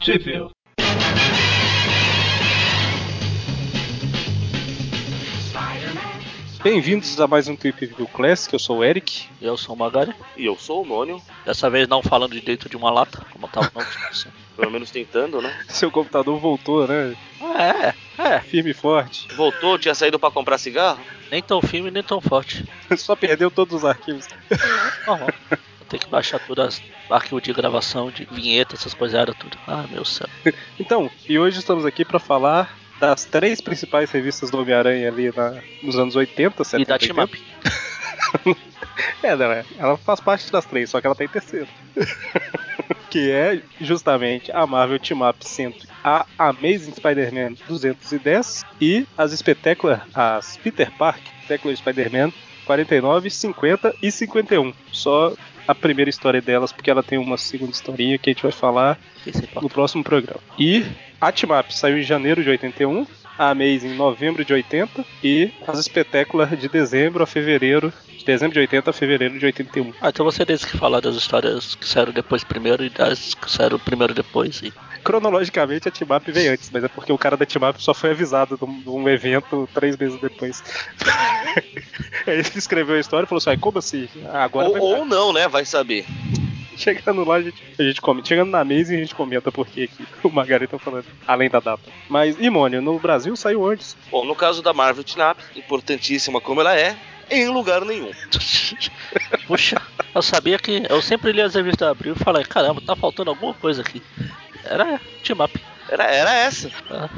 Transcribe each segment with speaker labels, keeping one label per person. Speaker 1: Sheffield. Bem-vindos a mais um Trip View Classic, eu sou o Eric.
Speaker 2: Eu sou o Magari.
Speaker 3: E eu sou o Nônio,
Speaker 2: Dessa vez não falando de dentro de uma lata, como eu tava na última edição.
Speaker 3: pelo menos tentando, né?
Speaker 1: Seu computador voltou, né?
Speaker 2: Ah, É, é.
Speaker 1: Firme e forte.
Speaker 3: Voltou, tinha saído pra comprar cigarro?
Speaker 2: Nem tão firme, nem tão forte.
Speaker 1: Só perdeu todos os arquivos.
Speaker 2: Normal. Vou ter que baixar tudo, as, arquivo de gravação, de vinheta, essas coisas, era tudo. Ah, meu céu.
Speaker 1: Então, e hoje estamos aqui para falar das três principais revistas do Homem-Aranha ali na- nos anos 80, 70.
Speaker 2: E da
Speaker 1: 80.
Speaker 2: Team Up.
Speaker 1: É, não é. Ela faz parte das três, só que ela tá em terceiro. que é justamente a Marvel Team Up 100, a Amazing Spider-Man 210 e as espetáculas, as Peter Park, Spectacular Spider-Man 49, 50 e 51. Só a primeira história delas, porque ela tem uma segunda historinha que a gente vai falar
Speaker 2: Quem se importa?
Speaker 1: no próximo programa. E a Team Up saiu em janeiro de 81, a Amazing em novembro de 80 e as espetáculas de dezembro a fevereiro, de dezembro de 80 a fevereiro de 81.
Speaker 2: Ah, então você disse que falar das histórias que saíram depois primeiro e das que saíram primeiro depois. E...
Speaker 1: Cronologicamente a Team Up veio antes, mas é porque o cara da Team Up só foi avisado de um, de um evento três meses depois. Aí ele escreveu a história e falou assim: "Ai, como assim? Ah, Agora
Speaker 3: Ou,
Speaker 1: vai
Speaker 3: ou não, né? Vai saber.
Speaker 1: Chegando lá, a gente, a gente comenta. Chegando na mesa, a gente comenta porque que o Margarita tá falando, além da data. Mas, e Mônio, no Brasil saiu antes.
Speaker 3: Bom, no caso da Marvel Snap, importantíssima como ela é, em lugar nenhum.
Speaker 2: Puxa, eu sabia que. Eu sempre li as revistas da Abril e falei, caramba, tá faltando alguma coisa aqui. Era Team Up.
Speaker 3: Era, era essa.
Speaker 2: Ah.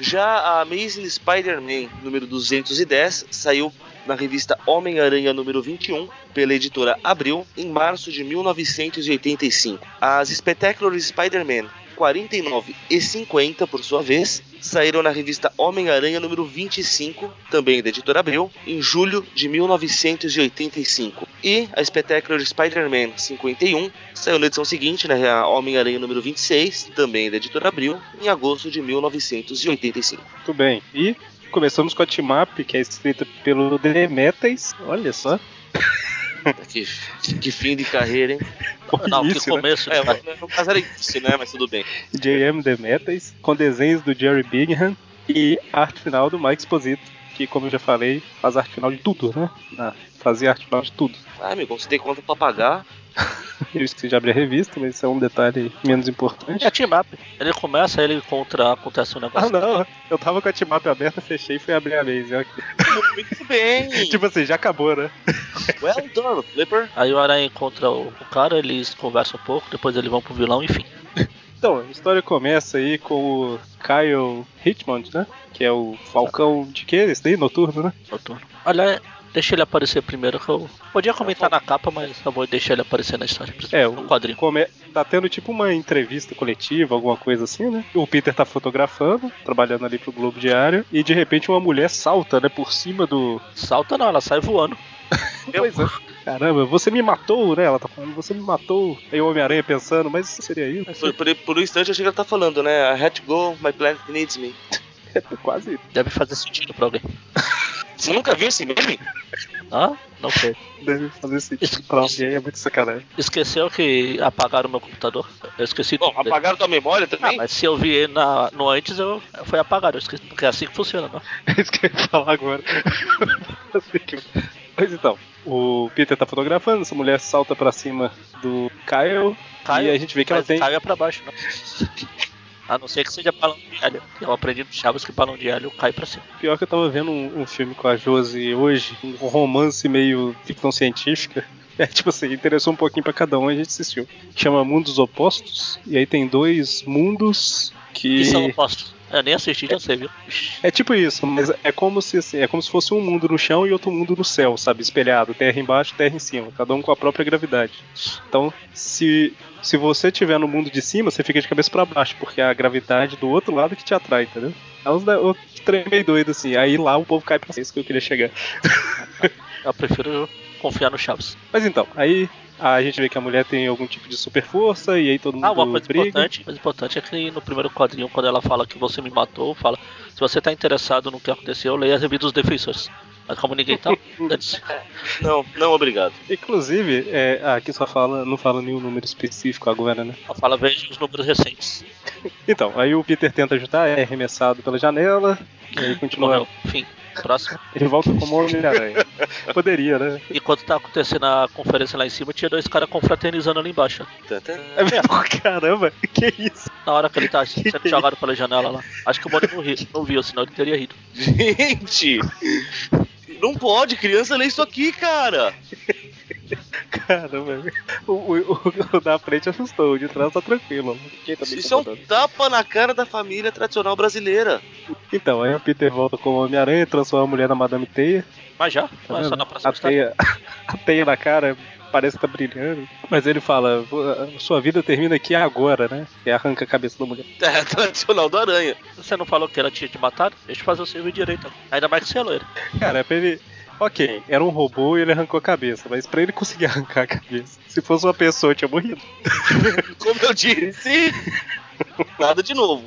Speaker 3: Já a Amazing Spider-Man número 210 saiu na revista Homem-Aranha número 21, pela editora Abril, em março de 1985. As Spectacular Spider-Man 49 e 50, por sua vez, saíram na revista Homem-Aranha número 25, também da editora Abril, em julho de 1985. E a Spectacular Spider-Man 51 saiu na edição seguinte, né, a Homem-Aranha número 26, também da editora Abril, em agosto de 1985.
Speaker 1: Muito bem. E começamos com a Timap, que é escrita pelo Demetes. Olha só.
Speaker 3: Que, que fim de carreira, hein?
Speaker 1: Bom
Speaker 2: Não, que
Speaker 1: início, né?
Speaker 2: começo.
Speaker 3: É,
Speaker 2: de-
Speaker 3: mas no caso era isso, né? Mas tudo bem.
Speaker 1: J.M. Demetes, com desenhos do Jerry Bingham e arte final do Mike Exposito, que, como eu já falei, faz arte final de tudo, né? Ah, fazia arte final de tudo.
Speaker 3: Ah, amigo, você tem conta pra pagar.
Speaker 1: Eu esqueci de abrir a revista, mas isso é um detalhe menos importante.
Speaker 2: É Team Up. Ele começa, ele contra, acontece um
Speaker 1: Ah,
Speaker 2: negócio.
Speaker 1: não. Eu tava com a Timap aberta, fechei e fui abrir a mesa. Olha que
Speaker 3: Muito bem.
Speaker 1: Tipo assim, já acabou, né?
Speaker 3: Well done, Flipper.
Speaker 2: Aí o Aranha encontra o, o cara, eles conversam um pouco, depois eles vão pro vilão, enfim.
Speaker 1: Então, a história começa aí com o Kyle Hitmond, né? Que é o Falcão de quê? Esse daí, noturno, né?
Speaker 2: Noturno. Olha, deixa ele aparecer primeiro que eu. Podia comentar na capa, mas eu vou deixar ele aparecer na história.
Speaker 1: É,
Speaker 2: no
Speaker 1: o
Speaker 2: quadrinho.
Speaker 1: come... tá tendo tipo uma entrevista coletiva, alguma coisa assim, né? O Peter tá fotografando, trabalhando ali pro Globo Diário, e de repente uma mulher salta, né, por cima do.
Speaker 2: Salta não, ela sai voando.
Speaker 1: Pois é. Caramba, você me matou, né? Ela tá falando, você me matou. Aí o Homem-Aranha pensando, mas isso seria isso?
Speaker 3: Por, por, por um instante eu achei que ela tá falando, né? I had to go, my planet needs me.
Speaker 1: É quase.
Speaker 2: Deve fazer sentido pra alguém.
Speaker 3: Você nunca viu esse meme?
Speaker 2: Ah, não sei.
Speaker 1: Deve fazer sentido pra alguém, é muito sacanagem.
Speaker 2: Esqueceu que apagaram meu computador? Eu esqueci
Speaker 3: Bom,
Speaker 2: dele.
Speaker 3: apagaram tua memória
Speaker 2: Ah,
Speaker 3: também?
Speaker 2: mas se eu vi ele na, no antes, eu, foi apagado. Eu esqueci, porque é assim que funciona, não?
Speaker 1: É isso que eu ia falar agora. Assim que- Mas então, o Peter tá fotografando, essa mulher salta pra cima do Kyle.
Speaker 2: Caio,
Speaker 1: e a gente vê que ela
Speaker 2: mas
Speaker 1: tem.
Speaker 2: Caio é pra baixo, não. A não ser que seja balão de alho. Eu aprendi no Chaves que balão de alho cai pra cima.
Speaker 1: Pior que eu tava vendo um, um filme com a Josi hoje, um romance meio ficção científica. É tipo assim, interessou um pouquinho pra cada um, a gente assistiu. Chama Mundos Opostos, e aí tem dois mundos que.
Speaker 2: E são opostos. Eu nem assisti, já sei, viu? Ixi,
Speaker 1: É tipo isso, mas é como se assim, é como se fosse um mundo no chão e outro mundo no céu, sabe? Espelhado, terra embaixo, terra em cima, cada um com a própria gravidade. Então, se se você estiver no mundo de cima, você fica de cabeça pra baixo, porque é a gravidade do outro lado que te atrai, entendeu? É uns da- um trem meio doido assim. Aí lá o povo cai pra cima, isso que eu queria chegar.
Speaker 2: Eu prefiro confiar no Chaves.
Speaker 1: Mas então, aí a gente vê que a mulher tem algum tipo de super força e aí todo mundo
Speaker 2: Ah, uma coisa
Speaker 1: briga.
Speaker 2: importante, uma coisa importante é que no primeiro quadrinho, quando ela fala que você me matou, fala: se você tá interessado no que aconteceu, leia as revistas dos defensores. Mas como ninguém tá.
Speaker 3: Não, não, obrigado.
Speaker 1: Inclusive, é, aqui só fala, não fala nenhum número específico agora, né?
Speaker 2: Só fala, veja os números recentes.
Speaker 1: Então, aí o Peter tenta ajudar, é arremessado pela janela, e aí continua.
Speaker 2: Morreu. Fim. Tipo, Próximo.
Speaker 1: Ele volta como Homem-Aranha. Poderia, né?
Speaker 2: Enquanto tá acontecendo a conferência lá em cima, tinha dois caras confraternizando ali embaixo.
Speaker 3: Tantã.
Speaker 1: É mesmo, caramba, que isso?
Speaker 2: Na hora que ele tá sendo jogado pela janela lá. Acho que o Bonnie não, ri- não viu, senão ele teria rido.
Speaker 3: Gente! Não pode, criança lê isso aqui, cara!
Speaker 1: Caramba, o, o- o- o da frente assustou, o de trás tá tranquilo. Ninguém tá me
Speaker 3: Isso é um
Speaker 1: incomodando.
Speaker 3: tapa na cara da família tradicional brasileira.
Speaker 1: Então, aí o Peter volta como Homem-Aranha, transforma a mulher na Madame Teia.
Speaker 2: Mas já,
Speaker 1: Tá
Speaker 2: mas só
Speaker 1: vendo?
Speaker 2: na
Speaker 1: a,
Speaker 2: próxima história.
Speaker 1: teia, a teia na cara parece que tá brilhando. Mas ele fala: "Vo- a Sua vida termina aqui agora, né? E arranca a cabeça da mulher.
Speaker 3: É tradicional do Aranha.
Speaker 2: Você não falou que ela tinha te matado? Deixa eu fazer o serviço direito. Ainda mais que você é loira.
Speaker 1: Cara, pra ele. Ok, era um robô e ele arrancou a cabeça, mas pra ele conseguir arrancar a cabeça, se fosse uma pessoa, eu tinha morrido.
Speaker 3: Como eu disse, nada de novo.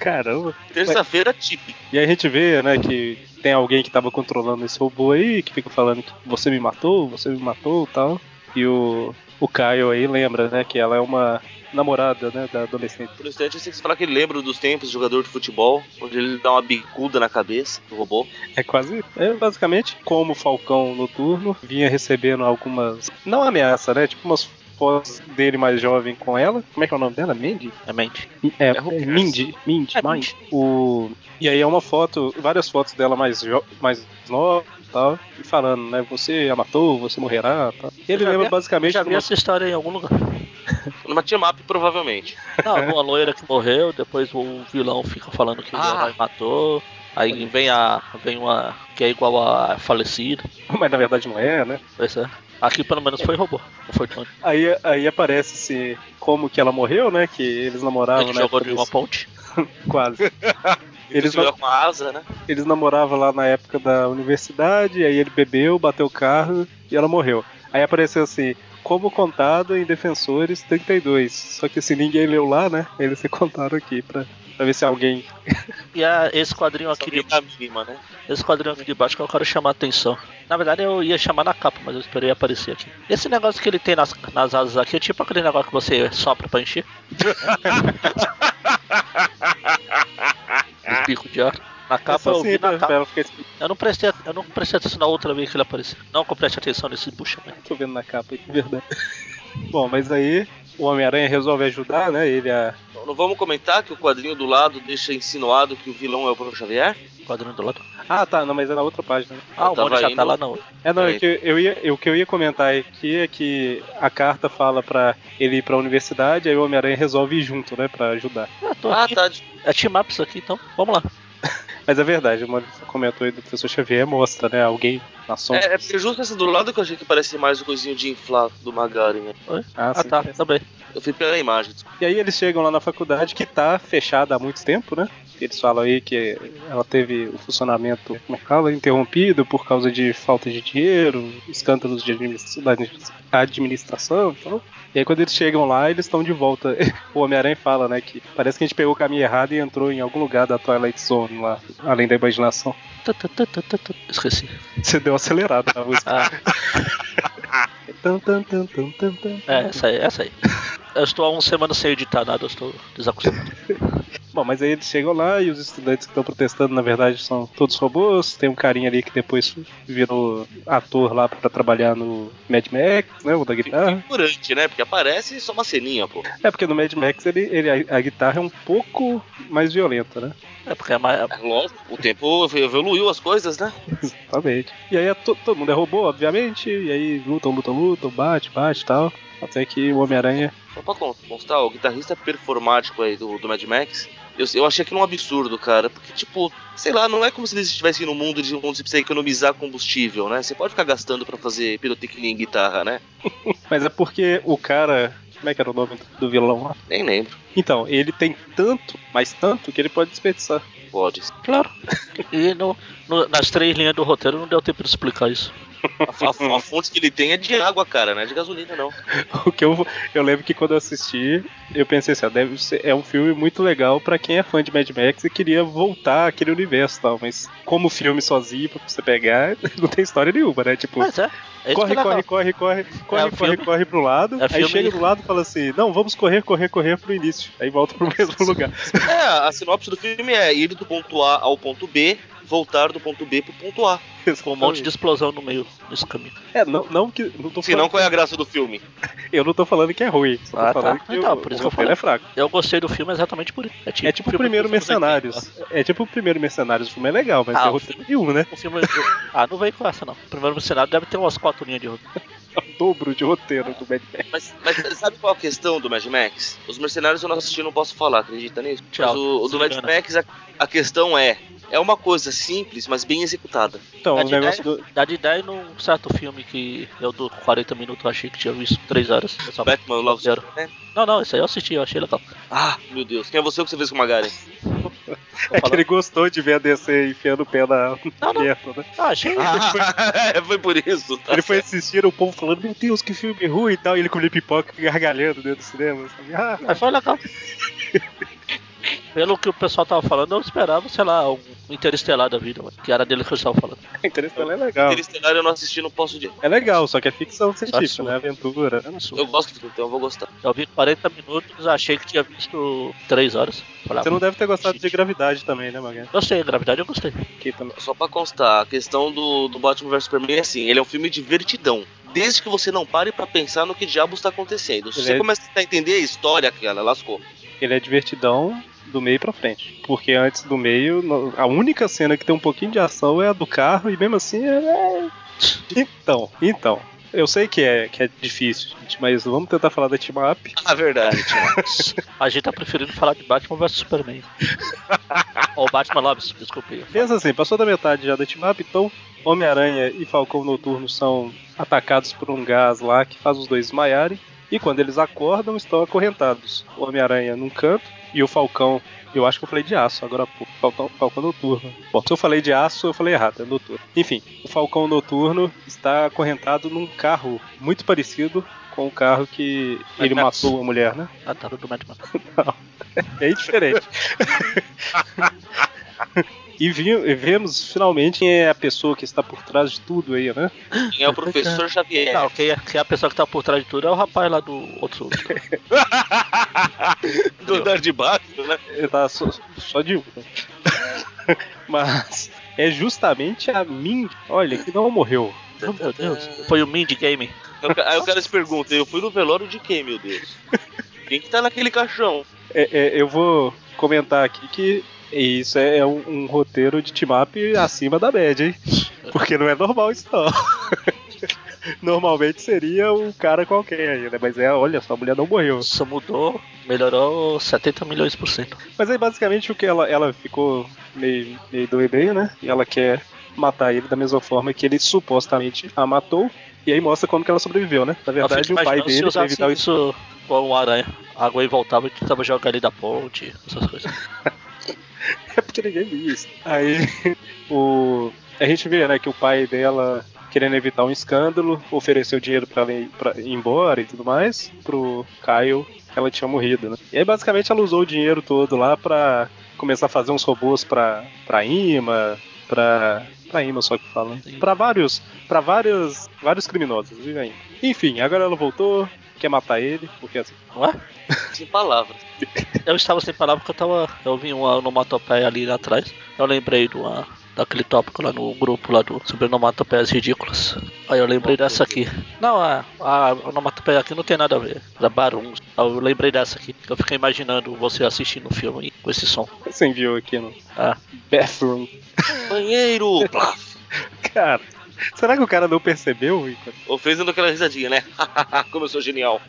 Speaker 1: Caramba.
Speaker 3: Terça-feira típica.
Speaker 1: E aí a gente vê, né, que tem alguém que tava controlando esse robô aí, que fica falando que você me matou, você me matou e tal. E o, o Caio aí lembra, né, que ela é uma namorada, né, da adolescente.
Speaker 3: Por um instante, eu sei que você fala que ele lembra dos tempos de jogador de futebol, onde ele dá uma bicuda na cabeça do robô.
Speaker 1: É quase. É basicamente como o Falcão Noturno vinha recebendo algumas. Não ameaça, né? Tipo umas fotos dele mais jovem com ela. Como é que é o nome dela? Mandy?
Speaker 2: É mente.
Speaker 1: É,
Speaker 3: who
Speaker 1: é
Speaker 3: cares?
Speaker 1: Mindy. Mindy,
Speaker 2: É,
Speaker 1: Mindy. O... E aí é uma foto, várias fotos dela mais, jo- mais nova e tal. E falando, né? Você a matou, você morrerá tal. E ele
Speaker 2: Eu já
Speaker 1: lembra
Speaker 2: vi- Eu
Speaker 1: basicamente.
Speaker 2: já
Speaker 1: de
Speaker 2: vi
Speaker 1: uma-
Speaker 2: essa história em algum lugar.
Speaker 3: Numa team-up, provavelmente.
Speaker 2: Não, uma loira que morreu, depois o vilão fica falando que
Speaker 3: Ah.
Speaker 2: o herói matou. Aí vem a. vem uma. que é igual a falecida.
Speaker 1: Mas na verdade não é, né?
Speaker 2: Pois é. Aqui pelo menos foi robô. Não foi Tony.
Speaker 1: Aí, aí aparece-se como que ela morreu, né? Que eles namoravam,
Speaker 2: Ele
Speaker 1: né?
Speaker 2: jogou de uma ponte.
Speaker 1: Quase.
Speaker 3: Ele
Speaker 1: Eles
Speaker 3: segura com a asa, né?
Speaker 1: Eles namoravam lá na época da universidade, aí ele bebeu, bateu o carro e ela morreu. Aí apareceu assim, como contado em Defensores 32. Só que se ninguém leu lá, né? Eles se contaram aqui pra, pra ver se alguém.
Speaker 2: E a- esse quadrinho
Speaker 3: Só
Speaker 2: aqui de,
Speaker 3: que na mínima, né?
Speaker 2: esse quadrinho aqui de baixo que eu quero chamar a atenção. Na verdade eu ia chamar na capa, mas eu esperei aparecer aqui. Esse negócio que ele tem nas, nas asas aqui é tipo aquele negócio que você sopra pra encher. Os bicos de ar. Na capa eu vi
Speaker 1: assim,
Speaker 2: Tá na
Speaker 1: né,
Speaker 2: capa.
Speaker 1: pra ela ficar assim,
Speaker 2: Eu não prestei, eu não prestei atenção na outra vez que ele apareceu. Não que eu preste atenção nesse bucha, né?
Speaker 1: tô vendo na capa, que verdade. Bom, mas aí o Homem-Aranha resolve ajudar, né? Ele a.
Speaker 3: Então, não vamos comentar que o quadrinho do lado deixa insinuado que o vilão é o Bruno Xavier?
Speaker 2: Quadrinho do lado.
Speaker 1: Ah, tá, não, mas é na outra página. né?
Speaker 2: Ah, o
Speaker 3: tava
Speaker 2: Mônio já
Speaker 3: indo-
Speaker 2: tá lá não.
Speaker 1: É, não, é
Speaker 3: Aí.
Speaker 1: que eu ia, eu- o que eu ia comentar aqui é que a carta fala pra ele ir pra universidade, aí o Homem-Aranha resolve ir junto, né? Pra ajudar.
Speaker 2: Ah, tô
Speaker 3: Ah,
Speaker 2: aqui.
Speaker 3: tá.
Speaker 2: É team up isso aqui, então. Vamos lá.
Speaker 1: Mas é verdade, o Mônio comentou aí do professor Xavier, mostra, né? Alguém na sombra.
Speaker 3: É, é porque justo essa do lado que eu achei que parecia mais o coisinho de inflar do Magari, né?
Speaker 1: Ah,
Speaker 2: Ah,
Speaker 1: sim.
Speaker 2: tá, também.
Speaker 3: Eu fui pela imagem. desculpa.
Speaker 1: E aí eles chegam lá na faculdade, que tá fechada há muito tempo, né? Eles falam aí que ela teve o funcionamento, como é que fala? Interrompido por causa de falta de dinheiro, escândalos de administ- da administ- administração e tal. E aí quando eles chegam lá, eles estão de volta. O Homem-Aranha fala, né, que parece que a gente pegou o caminho errado e entrou em algum lugar da Twilight Zone lá, além da imaginação.
Speaker 2: Tu, tu, tu, tu, tu, tu. Esqueci.
Speaker 1: Você deu uma acelerada na música.
Speaker 2: Ah,
Speaker 1: Tan, tan, tan, tan, tan, tan.
Speaker 2: é, essa aí, essa aí. Eu estou há uma semana sem editar nada, eu estou desacostumado.
Speaker 1: Bom, mas aí eles chegam lá e os estudantes que estão protestando, na verdade, são todos robôs. Tem um carinha ali que depois virou ator lá pra trabalhar no Mad Max, né? O da guitarra.
Speaker 3: Figurante, né? Porque aparece só uma ceninha, pô.
Speaker 1: É porque no Mad Max ele, ele, a, a guitarra é um pouco mais violenta, né?
Speaker 2: É porque é mais.
Speaker 3: É lógico, o tempo evoluiu as coisas, né?
Speaker 1: Exatamente. E aí é to- todo mundo é robô, obviamente. E aí lutam, lutam, lutam, bate, bate e tal. Até que o Homem-Aranha.
Speaker 3: Só pra con- constar, o guitarrista performático aí do, do Mad Max, eu, eu achei aquilo um absurdo, cara. Porque, tipo, sei lá, não é como se eles estivessem num mundo de onde você precisa economizar combustível, né? Você pode ficar gastando pra fazer pirotecnia em guitarra, né?
Speaker 1: Mas é porque o cara. Como é que era o nome do- do vilão lá?
Speaker 3: Nem lembro.
Speaker 1: Então, ele tem tanto, mas tanto, que ele pode desperdiçar.
Speaker 3: Pode.
Speaker 2: Claro. E no, no- nas três linhas do roteiro não deu tempo de explicar isso.
Speaker 3: A, a- a fonte que ele tem é de água, cara, não é de gasolina, não.
Speaker 1: O que eu, eu lembro que quando eu assisti, eu pensei assim, ah, deve ser, é um filme muito legal pra quem é fã de Mad Max e queria voltar àquele universo e tal, mas como filme sozinho pra você pegar, não tem história nenhuma, né? Tipo,
Speaker 2: Mas é. é isso que
Speaker 1: corre,
Speaker 2: é legal.
Speaker 1: corre, corre, corre, corre,
Speaker 2: um
Speaker 1: corre,
Speaker 2: filme-
Speaker 1: corre pro lado,
Speaker 2: é
Speaker 1: aí
Speaker 2: filme-
Speaker 1: chega do lado e fala assim, não, vamos correr, correr, correr pro início, aí volta pro mesmo lugar.
Speaker 3: É, a sinopse do filme é ir do ponto A ao ponto B, voltar do ponto B pro ponto A.
Speaker 2: Com um monte de explosão no meio desse caminho.
Speaker 1: É, não, não que... Não tô
Speaker 3: Senão,
Speaker 1: falando,
Speaker 3: qual é a graça do filme?
Speaker 1: Eu não tô falando que é ruim, só tô
Speaker 2: Ah, tá.
Speaker 1: falando que
Speaker 2: Então,
Speaker 1: o,
Speaker 2: por isso
Speaker 1: o
Speaker 2: que
Speaker 1: roteiro
Speaker 2: eu falei.
Speaker 1: é fraco.
Speaker 2: Eu gostei do filme exatamente por isso.
Speaker 1: É tipo o primeiro
Speaker 2: que eu falei.
Speaker 1: Mercenários. É tipo o primeiro Mercenários, o filme é legal, mas
Speaker 2: Ah,
Speaker 1: tem
Speaker 2: o
Speaker 1: roteiro nenhum, né?
Speaker 2: O filme. eu- Ah, não veio com essa não. O primeiro cenário deve ter umas quatro linhas de roteiro.
Speaker 1: o dobro de roteiro do Mad Max.
Speaker 3: Mas, mas sabe qual é a questão do Mad Max? Os mercenários eu não assisti, não posso falar, acredita nisso?
Speaker 2: Tchau,
Speaker 3: mas o, o do Mad
Speaker 2: sacana.
Speaker 3: Max, a, a questão é, é uma coisa simples, mas bem executada.
Speaker 2: Tá
Speaker 1: Então,
Speaker 2: Mad
Speaker 1: o negócio
Speaker 2: Max-
Speaker 1: do.
Speaker 2: Dá de ideia num certo filme que eu do 40 minutos eu achei que tinha visto 3 horas. Eu só-
Speaker 3: Batman Love
Speaker 2: Zero.
Speaker 3: Superman.
Speaker 2: Não, não, isso aí eu assisti, eu achei legal.
Speaker 3: Ah, meu Deus, quem é você que você fez com o Magari?
Speaker 1: É que ele gostou de ver a DC enfiando o pé na
Speaker 2: Não, não.
Speaker 1: perna, né?
Speaker 2: Ah, achei.
Speaker 3: Ah, foi por isso. tá
Speaker 1: Ele foi
Speaker 3: certo.
Speaker 1: assistir o povo falando, meu Deus, que filme ruim e tal, e ele comia pipoca gargalhando dentro do cinema. sabe? Ah,
Speaker 2: Mas foi legal. Pelo que o pessoal tava falando, eu esperava, sei lá, um interestelar da vida, mano, que era dele que eu estava falando.
Speaker 1: Interestelar é legal.
Speaker 3: Interestelar eu não assisti, não posso dizer.
Speaker 1: É legal, só que é ficção científica,
Speaker 2: Absurdo.
Speaker 1: né? Aventura.
Speaker 2: Eu, não sou.
Speaker 3: Eu gosto do filme, então eu vou gostar.
Speaker 2: Eu vi 40 minutos, achei que tinha visto 3 horas. Falei, ah,
Speaker 1: Você não deve ter gostado de gravidade também, né, Magal?
Speaker 2: Gostei, gravidade eu gostei.
Speaker 1: Aqui também.
Speaker 3: Só pra constar, a questão do, do Batman vs Superman é assim, ele é um filme divertidão. Desde que você não pare pra pensar no que diabos tá acontecendo. Se
Speaker 1: Ele
Speaker 3: você
Speaker 1: é-
Speaker 3: começa a entender a história, cara, lascou.
Speaker 1: Ele é divertidão do meio pra frente. Porque antes do meio, no- a única cena que tem um pouquinho de ação é a do carro, e mesmo assim é Então, então. Eu sei que é, que é difícil, gente, mas vamos tentar falar da team up.
Speaker 3: Ah, verdade.
Speaker 2: A gente tá preferindo falar de Batman vs Superman. Ou Batman Lobs, desculpe.
Speaker 1: Pensa assim, passou da metade já da team up, então Homem-Aranha e Falcão Noturno são atacados por um gás lá que faz os dois esmaiarem. E quando eles acordam, estão acorrentados. O Homem-Aranha num canto e o Falcão. Eu acho que eu falei de aço agora há pouco. Falcão, Falcão Noturno. Bom, se eu falei de aço, eu falei errado, é noturno. Enfim, o Falcão Noturno está acorrentado num carro muito parecido com o carro que ele
Speaker 2: Max.
Speaker 1: matou a mulher, né?
Speaker 2: Ah, tá, do Batman.
Speaker 1: É diferente. e, vi- e vemos finalmente quem é a pessoa que está por trás de tudo aí, né?
Speaker 3: Quem é o professor Xavier?
Speaker 2: Não, quem é, quem é a pessoa que tá por trás de tudo é o rapaz lá do outro.
Speaker 3: do andar de baixo, né?
Speaker 1: Ele tá só, só de uma. Mas é justamente a Ming, olha, que não morreu.
Speaker 2: Oh, meu Deus. Foi o Mind Game.
Speaker 3: Eu, aí o cara se pergunta, eu fui no velório de quem, meu Deus? Quem que tá naquele caixão?
Speaker 1: É- é, eu vou comentar aqui que isso é, é um, um roteiro de team-up acima da média, hein? Porque não é normal isso, não. Normalmente seria um cara qualquer aí, né? Mas é, olha só, a mulher não morreu.
Speaker 2: Isso mudou, melhorou 70 milhões por cento.
Speaker 1: Mas aí basicamente o que ela, ela ficou meio, meio do e-mail, né? E ela quer matar ele da mesma forma que ele supostamente a matou. E aí mostra como que ela sobreviveu, né? Na
Speaker 2: Eu
Speaker 1: verdade,
Speaker 2: fico
Speaker 1: o pai
Speaker 2: imaginando se
Speaker 1: dele pra
Speaker 2: usasse
Speaker 1: evitar o es-
Speaker 2: assim, isso com um aranha. A Gwen voltava e tentava jogar ele da ponte, essas coisas.
Speaker 1: É porque ninguém viu isso. Aí o. A gente vê, né, que o pai dela, querendo evitar um escândalo, ofereceu dinheiro pra ela ir, pra ir embora e tudo mais, pro Kyle que ela tinha morrido, né? E aí basicamente ela usou o dinheiro todo lá pra começar a fazer uns robôs pra, pra IMA, pra. pra IMA só que fala. né?
Speaker 2: Sim.
Speaker 1: Pra vários. pra vários. vários criminosos, viu aí? Enfim, agora ela voltou, quer matar ele, porque assim.
Speaker 2: Não é?
Speaker 3: Sem palavras.
Speaker 2: Eu estava sem palavras porque eu tava. Eu vi uma onomatopeia ali atrás. Eu lembrei de uma- daquele tópico lá no grupo lá do sobre onomatopeias ridículas. Aí eu lembrei dessa aqui. Não, a, a onomatopeia aqui não tem nada a ver. Era barulho. Eu lembrei dessa aqui. Eu fiquei imaginando você assistindo o filme com esse som.
Speaker 1: Você enviou aqui no
Speaker 2: Ah,
Speaker 1: Bathroom.
Speaker 3: Banheiro! Plaf.
Speaker 1: Cara, será que o cara não percebeu, Ícaro?
Speaker 3: Ou fez dando aquela risadinha, né? Como eu sou genial.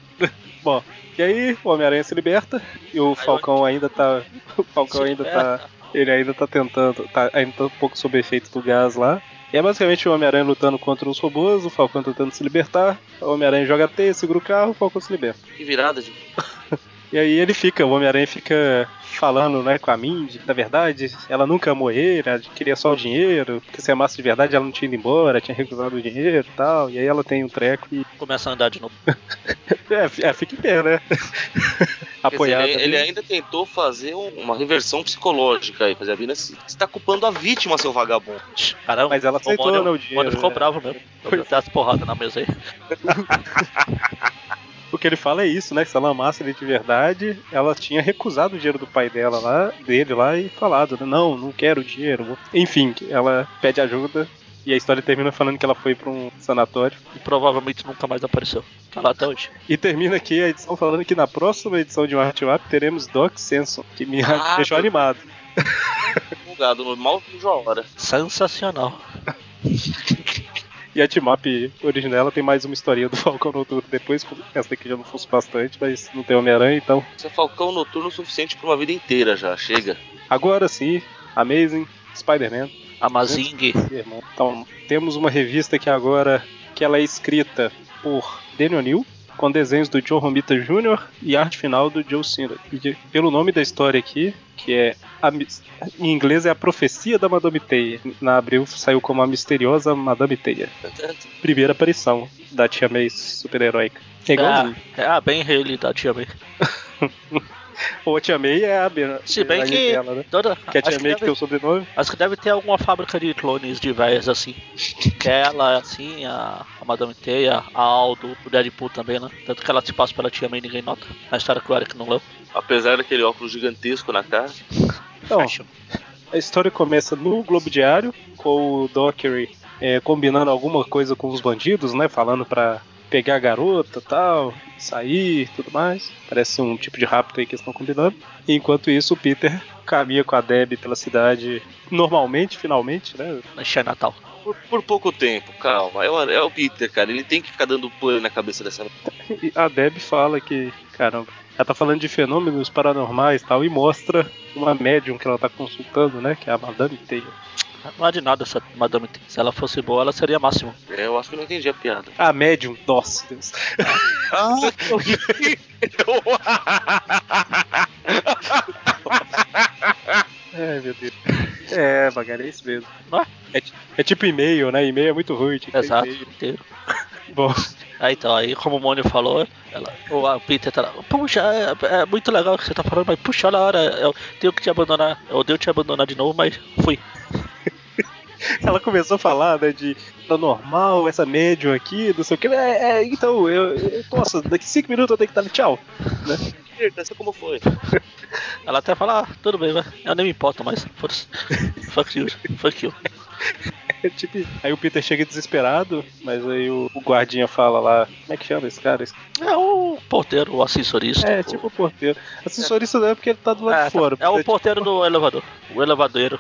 Speaker 1: Bom, e aí o Homem-Aranha se liberta e o Falcão ainda tá. O Falcão
Speaker 2: Se
Speaker 1: ainda tá. Ele ainda tá tentando. Tá, ainda tá um pouco sob efeito do gás lá. E é basicamente o Homem-Aranha lutando contra os robôs, o Falcão tentando se libertar, o Homem-Aranha joga T, segura o carro, o Falcão se liberta.
Speaker 3: Que virada de.
Speaker 1: E E aí ele fica, o Homem-Aranha fica falando, né, com a Mindy, que, na verdade, ela nunca amou ele, ela queria só o dinheiro, porque se amasse de verdade ela não tinha ido embora, tinha recusado o dinheiro e tal, e aí ela tem um treco e...
Speaker 2: Começa a andar de novo.
Speaker 1: É, é fica em pé, né?
Speaker 3: Quer dizer,
Speaker 1: Apoiada. né?
Speaker 3: Ele, ele é ainda tentou fazer um- uma reversão psicológica aí, fazer a Bina se está culpando a vítima, seu vagabundo. um
Speaker 2: Caramba,
Speaker 1: Mas ela aceitou,
Speaker 2: o Mônio,
Speaker 1: né, o
Speaker 2: o
Speaker 1: dinheiro,
Speaker 2: Mônio ficou
Speaker 1: né?
Speaker 2: bravo mesmo.
Speaker 1: Pois é.
Speaker 2: Deu as porradas na mesa aí.
Speaker 1: O que ele fala é isso, né? Que se ela amasse ele de verdade, ela tinha recusado o dinheiro do pai dela lá, dele lá, e falado, né, não, não quero o dinheiro. vou-". Enfim, ela pede ajuda e a história termina falando que ela foi pra um sanatório.
Speaker 2: E provavelmente nunca mais apareceu. Tá lá até hoje.
Speaker 1: E termina aqui a edição falando que na próxima edição de Art Up teremos Doc Senson, que me
Speaker 3: Ah,
Speaker 1: deixou
Speaker 3: meu
Speaker 1: animado.
Speaker 3: Divulgado no mal de uma hora.
Speaker 2: Sensacional.
Speaker 1: E a Timap original ela tem mais uma historinha do Falcão Noturno depois, como essa daqui já não fosse bastante, mas não tem Homem-Aranha, então
Speaker 3: Você é falcão noturno o suficiente para uma vida inteira já, chega.
Speaker 1: agora sim, Amazing, Spider-Man.
Speaker 2: Amazing.
Speaker 1: irmão. Então, temos uma revista aqui agora que ela é escrita por Daniel O'Neill, com desenhos do John Romita Jr. e arte final do Joe Cena. E de- Pelo nome da história aqui, que é a mis- em inglês é a profecia da Madame Teia. Na abril saiu como a misteriosa Madame Teia. Primeira aparição da Tia May super-heróica. É igualzinho.
Speaker 2: É, é a bem realidade também.
Speaker 1: Ou a Tia May é a Bena.
Speaker 2: Ah. Se bem
Speaker 1: Bena
Speaker 2: que.
Speaker 1: dela, né?
Speaker 2: toda-
Speaker 1: Que a
Speaker 2: acho,
Speaker 1: Tia
Speaker 2: que
Speaker 1: May que tem
Speaker 2: deve,
Speaker 1: o sobrenome.
Speaker 2: acho que deve ter alguma fábrica de clones de velhas assim. Que é ela assim, a, a Madame Teia, a Aldo, o Deadpool também, né? Tanto que ela se passa pela tia May e ninguém nota. Na história que o Eric não leu.
Speaker 3: Apesar daquele óculos gigantesco na cara.
Speaker 1: Então,
Speaker 2: Fashion.
Speaker 1: A história começa no Globo Diário, com o Dockery é, combinando alguma coisa com os bandidos, né? Falando pra pegar a garota tal, sair e tudo mais. Parece um tipo de rapto aí que eles estão combinando. Enquanto isso, o Peter caminha com a Deb pela cidade normalmente, finalmente, né?
Speaker 2: Na China Natal.
Speaker 3: Por, por pouco tempo, calma. É o, é o Peter, cara. Ele tem que ficar dando plano na cabeça dessa.
Speaker 1: E a Deb fala que, caramba, ela tá falando de fenômenos paranormais e tal, e mostra uma médium que ela tá consultando, né? Que é a Madame Taylor.
Speaker 2: Não é de nada essa Madame Teia. Se ela fosse boa, ela seria máximo.
Speaker 3: É, eu acho que eu não entendi a piada.
Speaker 1: A médium, nossa Deus.
Speaker 3: Ah, que horrível!
Speaker 1: Ai, meu Deus. É, Magari, é isso mesmo.
Speaker 2: Ó.
Speaker 1: É, ti- é tipo e-mail, né? E-mail é muito ruim. tinha que ter
Speaker 2: Exato.
Speaker 1: e-mail.
Speaker 2: inteiro.
Speaker 1: Bom,
Speaker 2: Aí então, aí como o Mônio falou, ela, o a Peter tá lá, puxa, é, é muito legal o que você tá falando, mas puxa, olha a hora, eu tenho que te abandonar, eu odeio te abandonar de novo, mas fui.
Speaker 1: ela começou a falar, né, de tá normal, essa médium aqui, não sei o que. É, é, então, eu, eu- Nossa, daqui cinco minutos eu tenho que estar no tchau.
Speaker 3: Peter, sei como foi.
Speaker 2: Ela até fala, ah, tudo bem, vai, eu nem me importo mais. foda-se. Fuck you, fuck you.
Speaker 1: É tipo- Aí o Peter chega desesperado, mas aí o, o guardinha fala lá, como é que chama esse cara? Esse-
Speaker 2: É o porteiro, o assessorista.
Speaker 1: É,
Speaker 2: o-
Speaker 1: tipo o porteiro. Assessorista não é porque ele tá do lado
Speaker 2: É,
Speaker 1: de fora.
Speaker 2: é o
Speaker 1: porque
Speaker 2: porteiro do elevador, o elevadeiro.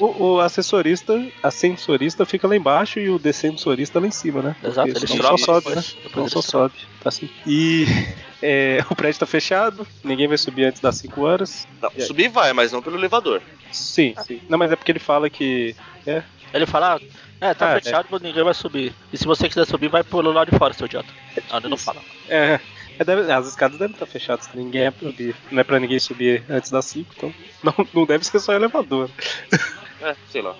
Speaker 1: o, o assessorista, ascensorista fica lá embaixo e o descensorista lá em cima, né?
Speaker 2: Exato,
Speaker 1: Porque
Speaker 2: eles
Speaker 1: senão
Speaker 2: trocam
Speaker 1: só sobe, né?
Speaker 2: depois,
Speaker 1: Então
Speaker 2: depois
Speaker 1: só
Speaker 2: eles
Speaker 1: sobe, tá assim. E é, o prédio tá fechado, ninguém vai subir antes das 5 horas.
Speaker 3: Não,
Speaker 1: E aí?
Speaker 3: subir vai, mas não pelo elevador.
Speaker 1: Sim, sim. Não, mas é porque ele fala que. É,
Speaker 2: Ele fala, ah, é, tá
Speaker 1: Ah, é.
Speaker 2: fechado, mas ninguém vai subir. E se você quiser subir, vai pelo lado de fora, seu idiota. Não, ele não
Speaker 1: isso.
Speaker 2: fala.
Speaker 1: é, é, deve- as escadas devem estar fechadas, ninguém é pra subir. Não é pra ninguém subir antes das 5, então não, não deve ser só elevador.
Speaker 3: É, sei lá.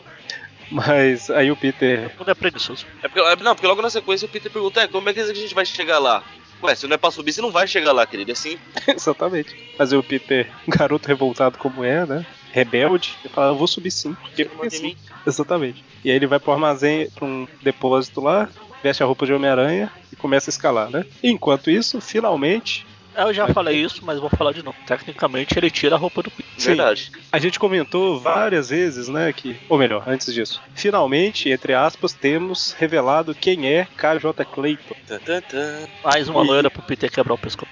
Speaker 1: Mas aí o Peter.
Speaker 2: Tudo é preguiçoso.
Speaker 3: É porque, é- não, porque logo na sequência o Peter pergunta: é, como é que a gente vai chegar lá? Ué, se não é pra subir, você não vai chegar lá, querido. É assim.
Speaker 1: Exatamente. Mas aí o Peter, garoto revoltado como é, né? Rebelde, ele fala, eu vou subir sim. Porque
Speaker 3: Você não manda em
Speaker 1: sim.
Speaker 3: mim.
Speaker 1: Exatamente. E aí ele vai pro armazém, pra um depósito lá, veste a roupa de Homem-Aranha e começa a escalar, né? Enquanto isso, finalmente,
Speaker 2: Eu já
Speaker 1: Mas-
Speaker 2: falei isso, mas é. vou falar de novo. Tecnicamente, ele tira a roupa do Peter.
Speaker 1: Sim.
Speaker 3: Verdade.
Speaker 1: a gente comentou várias vezes, né, que... Ou melhor, antes disso. Finalmente, entre aspas, temos revelado quem é KJ Clayton.
Speaker 3: Tan, tan, tan.
Speaker 2: Mais uma
Speaker 1: E-
Speaker 2: loira pro Peter quebrar o pescoço.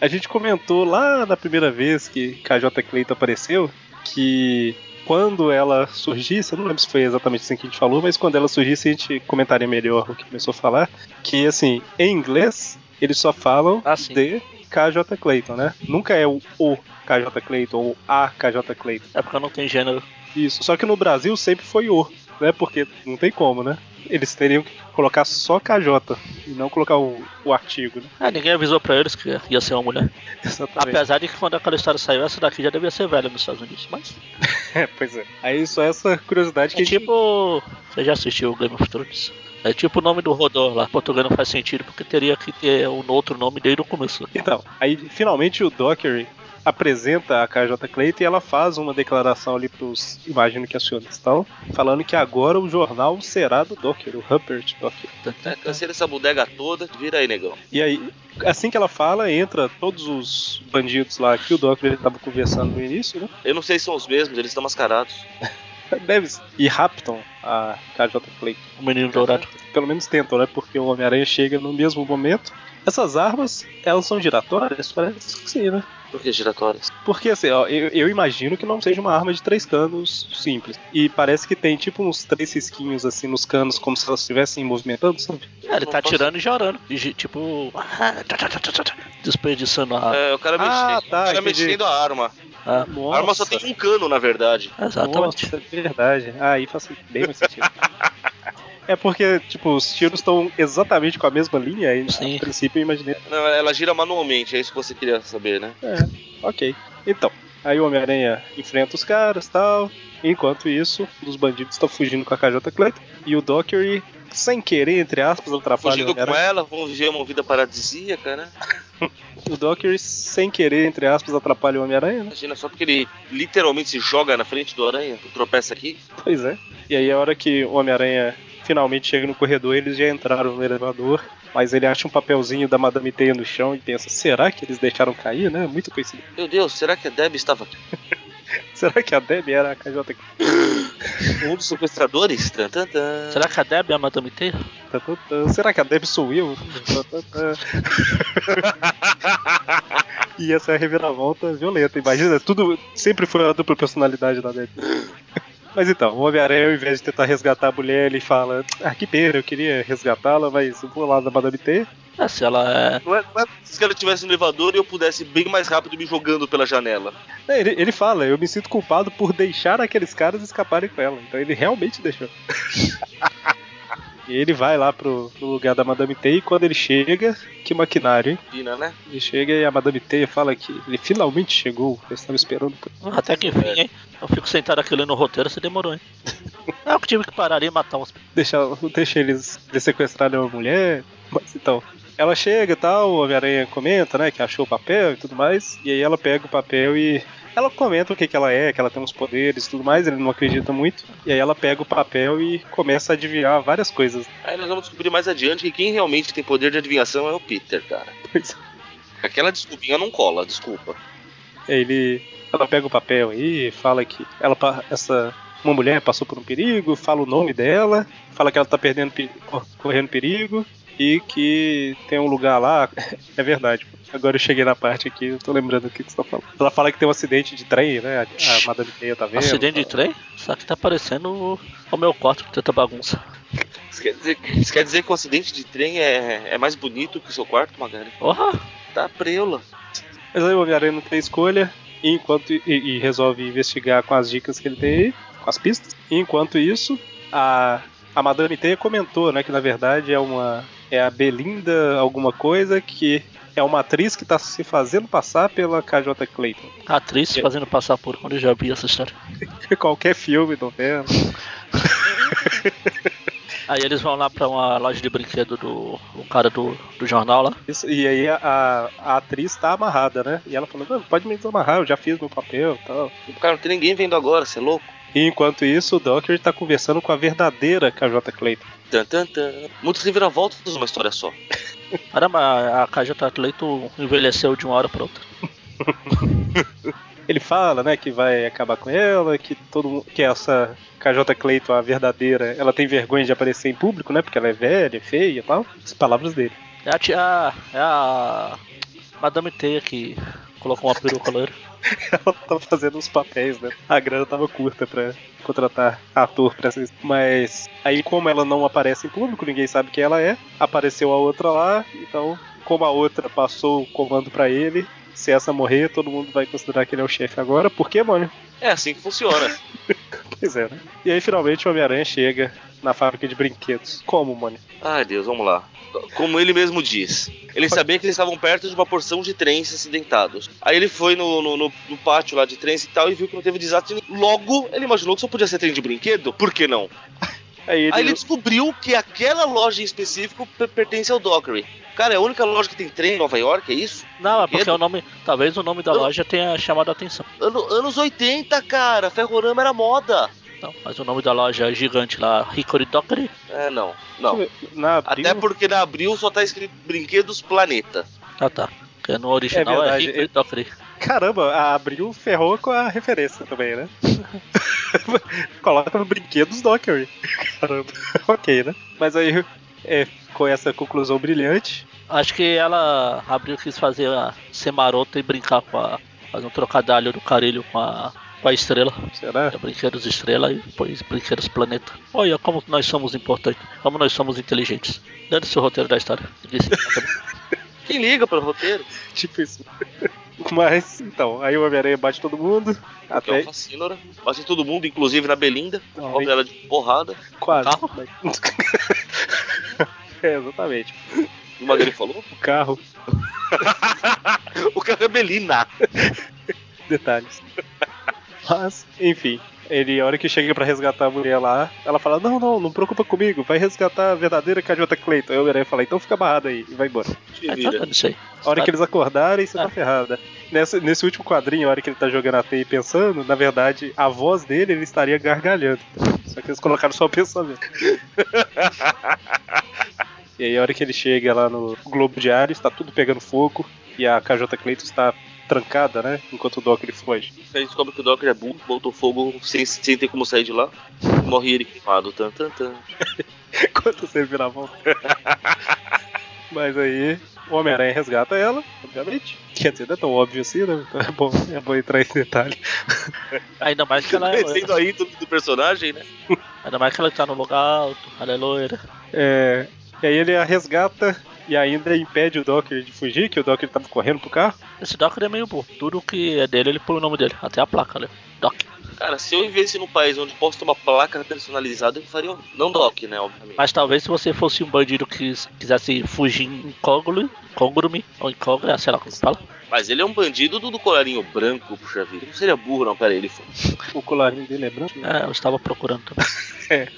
Speaker 1: A gente comentou lá na primeira vez que KJ Clayton apareceu, que... Quando ela surgisse, eu não lembro se foi exatamente assim que a gente falou, mas quando ela surgisse a gente comentaria melhor o que começou a falar. Que assim, em inglês, eles só falam
Speaker 2: Ah, sim.
Speaker 1: de KJ Clayton, né? Nunca é o O KJ Clayton ou A KJ Clayton.
Speaker 2: É porque não tem gênero.
Speaker 1: Isso. Só que no Brasil sempre foi o, né? Porque não tem como, né? eles teriam que colocar só KJ e não colocar o, o artigo, né?
Speaker 2: É, ninguém avisou pra eles que ia ser uma mulher.
Speaker 1: Exatamente.
Speaker 2: Apesar de que quando aquela história saiu, essa daqui já devia ser velha nos Estados Unidos. Mas
Speaker 1: É, pois é. Aí só essa curiosidade que
Speaker 2: é
Speaker 1: a gente-
Speaker 2: tipo. Você já assistiu o Game of Thrones? É tipo o nome do Rodor lá. Português não faz sentido porque teria que ter um outro nome desde o começo.
Speaker 1: Então, aí finalmente o Dockery apresenta a KJ Clayton e ela faz uma declaração ali pros, imagino que acionistas tal, falando que agora o jornal será do Dockery, o Rupert Dockery.
Speaker 3: É, cancela essa bodega toda, vira aí, negão.
Speaker 1: E aí, assim que ela fala, entra todos os bandidos lá que o Dockery tava conversando no início, né?
Speaker 3: Eu não sei se são os mesmos, eles estão mascarados.
Speaker 1: Deve e raptam a KJ Clayton.
Speaker 2: O menino dourado.
Speaker 1: Pelo menos tentam, né? Porque o Homem-Aranha chega no mesmo momento. Essas armas, elas são giratórias? Parece que sim, né?
Speaker 3: Por que giratórias?
Speaker 1: Porque assim, ó, eu, eu imagino que não seja uma arma de três canos simples. E parece que tem tipo uns três risquinhos assim nos canos, como se elas estivessem movimentando, sabe?
Speaker 2: É, ele
Speaker 3: não
Speaker 2: tá
Speaker 3: posso-
Speaker 2: atirando e chorando. E, gi- tipo. ah, tá, tá, tá, tá, tá, tá, Desperdiçando a.
Speaker 3: É, o cara
Speaker 1: Ah,
Speaker 3: mexendo,
Speaker 1: tá,
Speaker 3: o cara
Speaker 1: entendi.
Speaker 3: mexendo a arma.
Speaker 2: a-
Speaker 1: Nossa,
Speaker 3: A arma só tem um cano, na verdade.
Speaker 2: Exatamente.
Speaker 1: Nossa, é verdade. Ah, Aí faz bem mais sentido. É porque, tipo, os tiros estão exatamente com a mesma linha, e
Speaker 2: Sim.
Speaker 1: a princípio eu imaginei. é,
Speaker 3: Não, ela gira manualmente, é isso que você queria saber, né?
Speaker 1: Ok. Então, aí o Homem-Aranha enfrenta os caras tal. Enquanto isso, um dos bandidos estão fugindo com a KJ Clayton. E o Dockery, sem querer, entre aspas, atrapalha o
Speaker 3: Fugindo
Speaker 1: Homem-Aranha.
Speaker 3: com ela, vão viver uma vida paradisíaca, né?
Speaker 1: O Docker, sem querer, entre aspas, atrapalha o Homem-Aranha, né?
Speaker 3: Imagina só porque ele literalmente se joga na frente do aranha, tropeça aqui.
Speaker 1: Pois é. E aí, a hora que o Homem-Aranha finalmente chega no corredor, eles já entraram no elevador, mas ele acha um papelzinho da Madame Teia no chão e pensa: será que eles deixaram cair, né? Muito coincidido.
Speaker 3: Meu Deus, será que a Deb estava aqui?
Speaker 1: Será que a Deb era a KJ?
Speaker 3: Um dos sequestradores? Tan, tan, tan.
Speaker 2: Será que a Deb é a Madame Teia?
Speaker 1: Tá, tá, tá. Será que a Deb sou eu? Tá, tá, tá. e essa é a reviravolta violenta, imagina, tudo sempre foi a dupla personalidade da Deb. Mas então, o Homem-Aranha, ao invés de tentar resgatar a mulher, ele fala: Ah, que pena, eu queria resgatá-la, mas eu vou lá na Madame T.
Speaker 2: É, se ela é.
Speaker 3: Não é, não é se ela estivesse no elevador e eu pudesse bem mais rápido me jogando pela janela.
Speaker 1: É, Ele, ele fala: Eu me sinto culpado por deixar aqueles caras escaparem com ela. Então ele realmente deixou. E ele vai lá pro, pro lugar da Madame T. E quando ele chega, que maquinário, hein?
Speaker 3: Pina, né?
Speaker 1: Ele chega e a Madame Teia fala que ele finalmente chegou, eu estava esperando. por-
Speaker 2: Até que enfim, hein? Eu fico sentado aqui lendo o roteiro, você demorou, hein? Ah, eu tive que parar ali e matar uns.
Speaker 1: Deixa, deixa eles, eles sequestrarem uma mulher, mas então. Ela chega e tal, o Homem-Aranha comenta, né, que achou o papel e tudo mais, e aí ela pega o papel e. Ela comenta o que, que ela é, que ela tem uns poderes e tudo mais, ele não acredita muito, e aí ela pega o papel e começa a adivinhar várias coisas.
Speaker 3: Aí nós vamos descobrir mais adiante que quem realmente tem poder de adivinhação é o Peter, cara.
Speaker 1: Pois é.
Speaker 3: Aquela desculpinha não cola, desculpa.
Speaker 1: ele ela pega o papel aí, fala que ela pa- essa uma mulher passou por um perigo, fala o nome dela, fala que ela tá perdendo pe- cor- correndo perigo e que tem um lugar lá, é verdade. Agora eu cheguei na parte aqui, eu tô lembrando o que que você tá falando. Ela fala que tem um acidente de trem, né? A, a Madame Teia tá vendo.
Speaker 2: Acidente de
Speaker 1: tá-
Speaker 2: trem? Isso aqui tá parecendo o- o meu quarto, tanta bagunça.
Speaker 3: Isso quer dizer, isso quer dizer que o acidente de trem é, é mais bonito que o seu quarto, Magari?
Speaker 2: Porra!
Speaker 3: Tá preula.
Speaker 1: Mas aí o Homem-Aranha não tem escolha, e, enquanto, e, e resolve investigar com as dicas que ele tem aí, com as pistas. E enquanto isso, a, a Madame Teia comentou, né, que na verdade é uma. É a Belinda alguma coisa que é uma atriz que tá se fazendo passar pela KJ Clayton.
Speaker 2: A atriz se fazendo passar por onde eu já vi essa história.
Speaker 1: Qualquer filme, novela.
Speaker 2: Aí eles vão lá pra uma loja de brinquedo do o cara do, do jornal lá.
Speaker 1: Isso, e aí a, a- a atriz tá amarrada, né? E ela falou, "Não, pode me desamarrar, eu já fiz meu papel e tal.
Speaker 3: Cara, não tem ninguém vendo agora, você é louco?
Speaker 1: E enquanto isso, o Docker tá conversando com a verdadeira KJ Clayton.
Speaker 3: Tan, tan, tan. Muitos reviravoltas numa história só.
Speaker 2: Caramba, a- a KJ Atleto envelheceu de uma hora pra outra.
Speaker 1: Ele fala, né, que vai acabar com ela, que todo mundo, que essa KJ Clayton, a verdadeira, ela tem vergonha de aparecer em público, né, porque ela é velha, feia e tal. As palavras dele.
Speaker 2: É a, tia- é a Madame Teia que colocou uma peruca loira.
Speaker 1: Ela tá fazendo uns papéis, né? A grana tava curta pra contratar ator pra ser. Mas aí como ela não aparece em público, ninguém sabe quem ela é. Apareceu a outra lá, então como a outra passou o comando pra ele, se essa morrer, todo mundo vai considerar que ele é o chefe agora. Por quê, mano?
Speaker 3: É assim que funciona.
Speaker 1: Pois é, né? E aí finalmente o Homem-Aranha chega na fábrica de brinquedos. Como, mano?
Speaker 3: Ai, Deus, vamos lá. Como ele mesmo diz, ele sabia que eles estavam perto de uma porção de trens acidentados. Aí ele foi no, no, no- no pátio lá de trens e tal e viu que não teve desastre. nenhum. Logo, ele imaginou que só podia ser trem de brinquedo? Por que não?
Speaker 1: Aí ele,
Speaker 3: Aí ele descobriu que aquela loja em específico per- pertence ao Dockery. Cara, é a única loja que tem trem em Nova York, é isso?
Speaker 2: Não, é porque
Speaker 3: Medo?
Speaker 2: o nome. Talvez o nome da
Speaker 3: Eu-
Speaker 2: loja tenha chamado a atenção.
Speaker 3: Ano- anos 80, cara. Ferrorama era moda.
Speaker 2: Não, mas o nome da loja é gigante lá, Hickory Dockery,
Speaker 3: É, não. Não.
Speaker 1: na abril,
Speaker 3: Até porque na Abril só tá escrito Brinquedos Planeta.
Speaker 2: Ah tá. Porque no original é,
Speaker 1: verdade,
Speaker 2: Hickory
Speaker 1: eu-
Speaker 2: Dockery.
Speaker 1: Caramba, a abril ferrou com a referência também, né? Coloca no brinquedos Dockery. Caramba, ok, né? Mas aí é, com essa conclusão brilhante,
Speaker 2: Acho que ela abriu quis fazer a, ser marota e brincar com a. fazer um trocadilho do carilho com a. com a estrela.
Speaker 1: será?
Speaker 2: É Brinquedos Estrela e depois Brinquedos Planeta. Olha como nós somos importantes, como nós somos inteligentes. Dando-se o roteiro da história. Disse-
Speaker 3: Quem liga para o roteiro?
Speaker 1: Tipo isso. Mas, então, aí o Homem-Aranha bate todo mundo,
Speaker 3: Que é
Speaker 1: até
Speaker 3: o Facínora. Bate em todo mundo, inclusive na Belinda.
Speaker 1: Não,
Speaker 3: Cobre
Speaker 1: aí-
Speaker 3: ela de porrada.
Speaker 1: quase.
Speaker 2: Carro?
Speaker 1: é, exatamente.
Speaker 3: O Magali falou.
Speaker 1: O carro,
Speaker 3: o cara é Belina.
Speaker 1: detalhes. Mas, enfim, ele, a hora que chega pra resgatar a mulher lá, ela fala: Não, não, não preocupa comigo, vai resgatar a verdadeira Cadiota Clayton. Aí o Homem-Aranha fala: Então fica barrado aí e vai embora.
Speaker 3: Te
Speaker 2: Ah, então
Speaker 3: vira.
Speaker 2: dane-se aí.
Speaker 1: A hora que eles acordarem, você
Speaker 2: Ah.
Speaker 1: tá ferrada. Nessa, nesse último quadrinho, a hora que ele tá jogando a teia e pensando, na verdade, a voz dele ele estaria gargalhando. Só que eles colocaram só o pensamento. e aí, a hora que ele chega lá no Globo Diário, está tudo pegando fogo e a KJ Cleiton está trancada, né? Enquanto o Doc ele foge.
Speaker 3: A gente descobre que o Docker é burro, botou fogo sem, sem ter como sair de lá. Morre ele queimado. Tan, tan, tan.
Speaker 1: Enquanto você vira a mão. Mas aí, o Homem-Aranha resgata ela, obviamente. Quer dizer, não é tão óbvio assim, né? Então é bom, é bom entrar em detalhe. tá
Speaker 2: Ainda mais que ela é
Speaker 3: Sendo aí do, do personagem, né?
Speaker 2: Ainda mais que ela tá no lugar alto, ela é loira.
Speaker 1: É, e aí ele a resgata e ainda impede o Docker de fugir, que o Docker tava correndo pro carro.
Speaker 2: Esse Doc ele é meio burro. Tudo que é dele, ele põe o nome dele. Até a placa ali. Doc.
Speaker 3: Cara, se eu vivesse num país onde posso ter uma placa personalizada, eu faria. um- Não Doc, né? Obviamente.
Speaker 2: Mas talvez se você fosse um bandido que quisesse fugir incóglume, incógrume, ou incógnito, sei lá como fala.
Speaker 3: Mas ele é um bandido do, do colarinho branco, puxa vida. Não seria burro, não, pera aí, ele foi.
Speaker 1: O colarinho dele é branco. né?
Speaker 2: É, eu estava procurando também.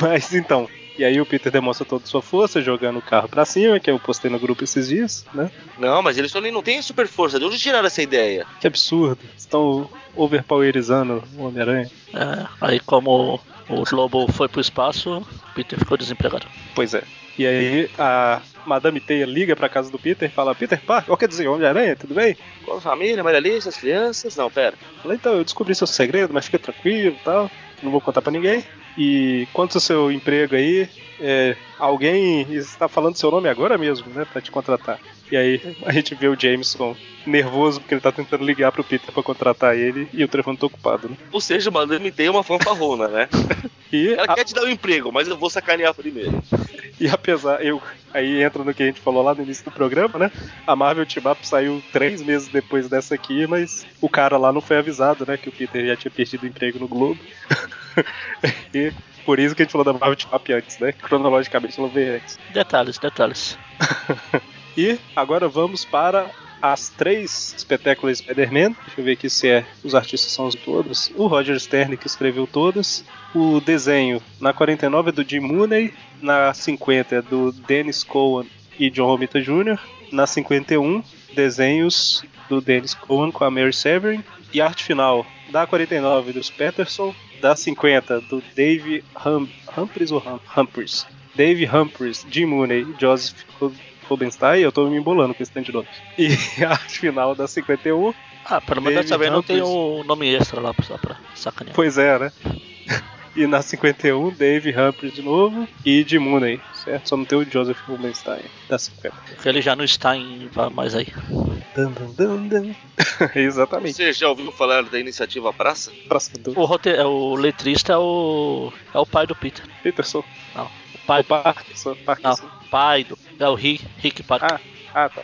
Speaker 1: Mas então. E aí o Peter demonstra toda sua força jogando o carro pra cima, que eu postei no grupo esses dias, né?
Speaker 3: Não, mas ele só nem não tem super força. De onde tiraram essa ideia?
Speaker 1: Que absurdo. Estão overpowerizando o Homem-Aranha.
Speaker 2: É, aí como o Globo foi pro espaço, Peter ficou desempregado.
Speaker 1: Pois é. E aí a Madame Teia liga pra casa do Peter e fala, Peter Parker, ou quer dizer, Homem-Aranha, tudo bem?
Speaker 3: Qual a família, Maria Alice, as crianças? Não, pera.
Speaker 1: Falei, então, eu descobri seu segredo, mas fica tranquilo e tal. Não vou contar pra ninguém. E quanto ao seu emprego aí, é, alguém está falando seu nome agora mesmo, né? Pra te contratar. E aí a gente vê o Jameson nervoso porque ele tá tentando ligar pro Peter pra contratar ele e o telefone tá ocupado, né?
Speaker 3: Ou seja, Madame tem uma fanfarrona, né?
Speaker 1: E,
Speaker 3: Ela
Speaker 1: a-
Speaker 3: quer te dar um emprego, mas eu vou sacanear primeiro.
Speaker 1: e apesar, eu aí entra no que a gente falou lá no início do programa, né? A Marvel Team Up saiu três meses depois dessa aqui, mas o cara lá não foi avisado, né? Que o Peter já tinha perdido o emprego no Globo. e por isso que a gente falou da Marvel Team Up antes, né? Cronologicamente ela veio antes.
Speaker 2: Detalhes, detalhes.
Speaker 1: E agora vamos para as três espetáculos Spider-Man. Deixa eu ver aqui se é, os artistas são os todos. O Roger Stern que escreveu todas. O desenho na 49 é do Jim Mooney, na 50 é do Dennis Cowan e John Romita Jr. Na 51, desenhos do Dennis Cowan com a Mary Severin. E arte final da 49 dos Patterson, da 50 do Dave hum Humphries ou hum Humphries? Dave Humphries, Jim Mooney e Joseph Ru- Rubenstein, eu tô me embolando com esse tanto de nome. E a arte final da 51,
Speaker 2: Ah, pelo menos
Speaker 1: David
Speaker 2: dessa vez não tem
Speaker 1: Humphries.
Speaker 2: o nome extra lá, só pra sacanear.
Speaker 1: pois é, né? E na 51, Dave Humphries de novo e Jim Mooney, certo? Só não tem o Joseph Rubenstein da 50.
Speaker 2: Porque ele já não está em mais aí.
Speaker 1: Dun, dun, dun, dun. Exatamente.
Speaker 3: Você já ouviu falar da iniciativa Praça?
Speaker 1: Praça do
Speaker 2: O, rote... é, o letrista é o. é o pai do Peter.
Speaker 1: Peterson.
Speaker 2: O pai,
Speaker 1: O Parkinson. Parkinson.
Speaker 2: pai do. É o Rick, Rick Parker.
Speaker 1: Ah, tá.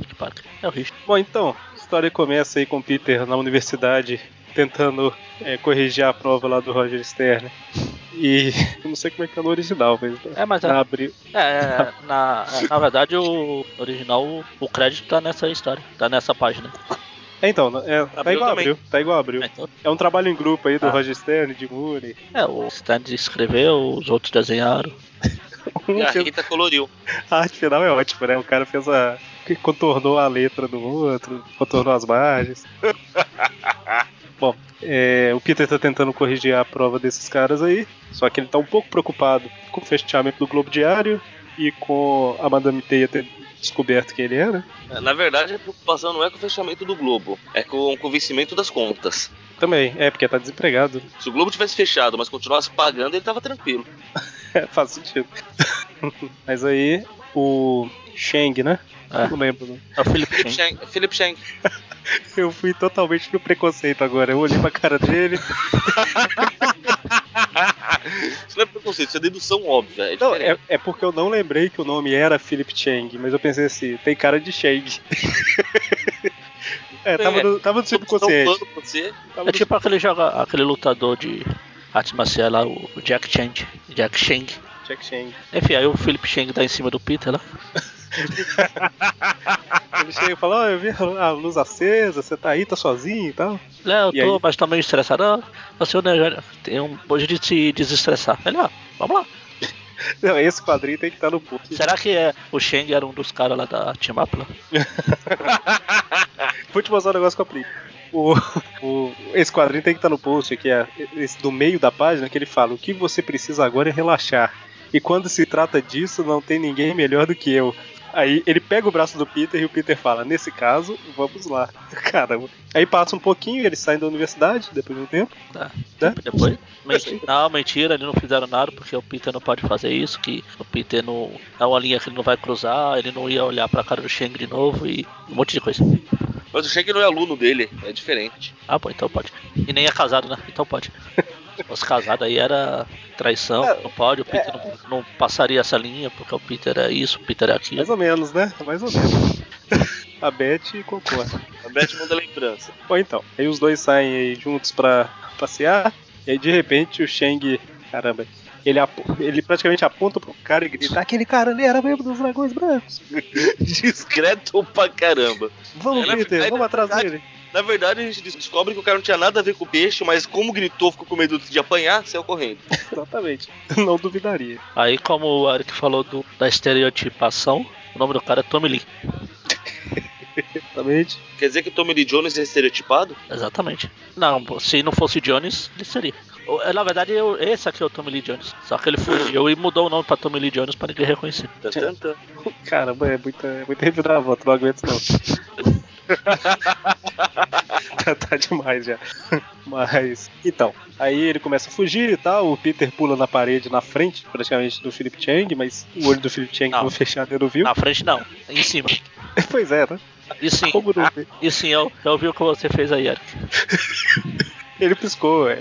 Speaker 2: Rick Parker. É o Rick.
Speaker 1: Bom, então, a história começa aí com o Peter na universidade tentando é, corrigir a prova lá do Roger Stern. E eu não sei como é que tá no original, mas.
Speaker 2: É, mas é-
Speaker 1: na Abril.
Speaker 2: É, é, na, é, na verdade, o original, o- o crédito tá nessa história, tá nessa página.
Speaker 1: É, então, é, tá
Speaker 3: Abril
Speaker 1: igual a
Speaker 3: também.
Speaker 1: Abril. Tá igual a Abril.
Speaker 2: É, Então,
Speaker 1: É um trabalho em grupo aí do
Speaker 2: Ah.
Speaker 1: Roger Stern, de Mooney.
Speaker 2: é, o Stan escreveu, os outros desenharam.
Speaker 3: E a
Speaker 1: Um fez-
Speaker 3: Rita coloriu.
Speaker 1: A arte final é ótima, né? O cara fez a. que contornou a letra do outro, contornou as margens. Bom, é, o Peter tá tentando corrigir a prova desses caras aí, só que ele tá um pouco preocupado com o fechamento do Globo Diário e com a Madame Teia ter descoberto quem ele é, né? era.
Speaker 3: Na verdade, a preocupação não é com o fechamento do Globo, é com, com o vencimento das contas.
Speaker 1: Também, é, porque tá desempregado.
Speaker 3: Se o Globo tivesse fechado, mas continuasse pagando, ele tava tranquilo.
Speaker 1: É, faz sentido. Mas aí, o Sheng, né?
Speaker 2: É.
Speaker 1: Não lembro. Né?
Speaker 2: É o Philip
Speaker 3: Philip
Speaker 2: Chen.
Speaker 3: Schenk, Philip Schenk.
Speaker 1: Eu fui totalmente no preconceito agora. Eu olhei pra cara dele.
Speaker 3: Isso não é preconceito, isso é dedução óbvia. É
Speaker 1: Não,
Speaker 3: diferente.
Speaker 1: é, é porque eu não lembrei que o nome era Philip Chang, mas eu pensei assim, tem cara de Chang. é, tava no, tava no subconsciente.
Speaker 3: Tô dando pra você.
Speaker 1: Tava
Speaker 2: É
Speaker 1: no-
Speaker 2: tipo aquele, joga, aquele lutador de arte marcial lá, o o Jack Chang. Jack Chang.
Speaker 1: Jack Chang.
Speaker 2: Enfim, aí o Philip Chang tá em cima do Peter lá.
Speaker 1: Ele chega e fala, ó, eu vi a luz acesa, você tá aí, tá sozinho e tal.
Speaker 2: Léo, eu
Speaker 1: E
Speaker 2: tô,
Speaker 1: aí?
Speaker 2: mas tá meio estressado. Ah, o senhor né, já tem um hoje de se desestressar. Ele, ah, vamos lá.
Speaker 1: Não, esse quadrinho tem que estar no book.
Speaker 2: Será que é, o Chang era um dos caras lá da Team Up lá?
Speaker 1: Vou te mostrar um negócio que eu aplico. O, o- esse quadrinho tem que estar no post, que é esse do meio da página, que ele fala: o que você precisa agora é relaxar. E quando se trata disso, não tem ninguém melhor do que eu. Aí ele pega o braço do Peter e o Peter fala: nesse caso, vamos lá. Caramba. Aí passa um pouquinho, eles saem da universidade, depois de um tempo.
Speaker 2: Tá.
Speaker 1: Né?
Speaker 2: Depois. Menti- não, mentira, eles não fizeram nada porque o Peter não pode fazer isso, que o Peter não. É uma linha que ele não vai cruzar, ele não ia olhar pra cara do Chang de novo e um monte de coisa.
Speaker 3: Mas o Schenk não é aluno dele, é diferente.
Speaker 2: Ah, pô, então pode. E nem é casado, né? Então pode. Os casados aí era traição, não pode, o Peter não, não passaria essa linha, porque o Peter é isso, o Peter é
Speaker 1: Mais
Speaker 2: aquilo.
Speaker 1: ou menos, né? Mais ou menos. A Beth concorda.
Speaker 3: A Beth manda lembrança.
Speaker 1: Bom, então, aí os dois saem aí juntos pra passear, e aí de repente o Shang, caramba, ele, apo- ele praticamente aponta pro cara e grita: aquele cara ali era mesmo dos dragões brancos.
Speaker 3: Discreto pra caramba.
Speaker 1: Vamos,
Speaker 3: É, na
Speaker 1: Peter,
Speaker 3: verdade-
Speaker 1: vamos atrás
Speaker 3: na
Speaker 1: dele.
Speaker 3: Na verdade, a gente des- descobre que o cara não tinha nada a ver com o peixe, mas como gritou, ficou com medo de apanhar, saiu correndo.
Speaker 1: Exatamente, não duvidaria.
Speaker 2: Aí, como o Eric falou do- da estereotipação, o nome do cara é Tommy Lee.
Speaker 1: Exatamente.
Speaker 3: Quer dizer que Tommy Lee Jones é estereotipado?
Speaker 2: Exatamente. Não, se não fosse Jones, ele seria. O- é, Na verdade, eu- esse aqui é o Tommy Lee Jones. Só que ele fugiu e mudou o nome pra Tommy Lee Jones pra ninguém reconhecer.
Speaker 3: Tan, tan, tan.
Speaker 1: Caramba, é muita, é muita reviravolta, não aguento não. tá, tá demais já. Mas, então, aí ele começa a fugir e tal, o Peter pula na parede, na frente, praticamente, do Philip Chang, mas o olho do Philip Chang
Speaker 2: Não.
Speaker 1: não fechado, ele não viu.
Speaker 2: Na frente, não. Em cima.
Speaker 1: Pois é, né?
Speaker 2: E sim,
Speaker 1: Como não vê?
Speaker 2: e sim eu, eu vi o que você fez aí, Eric.
Speaker 1: Ele piscou, é.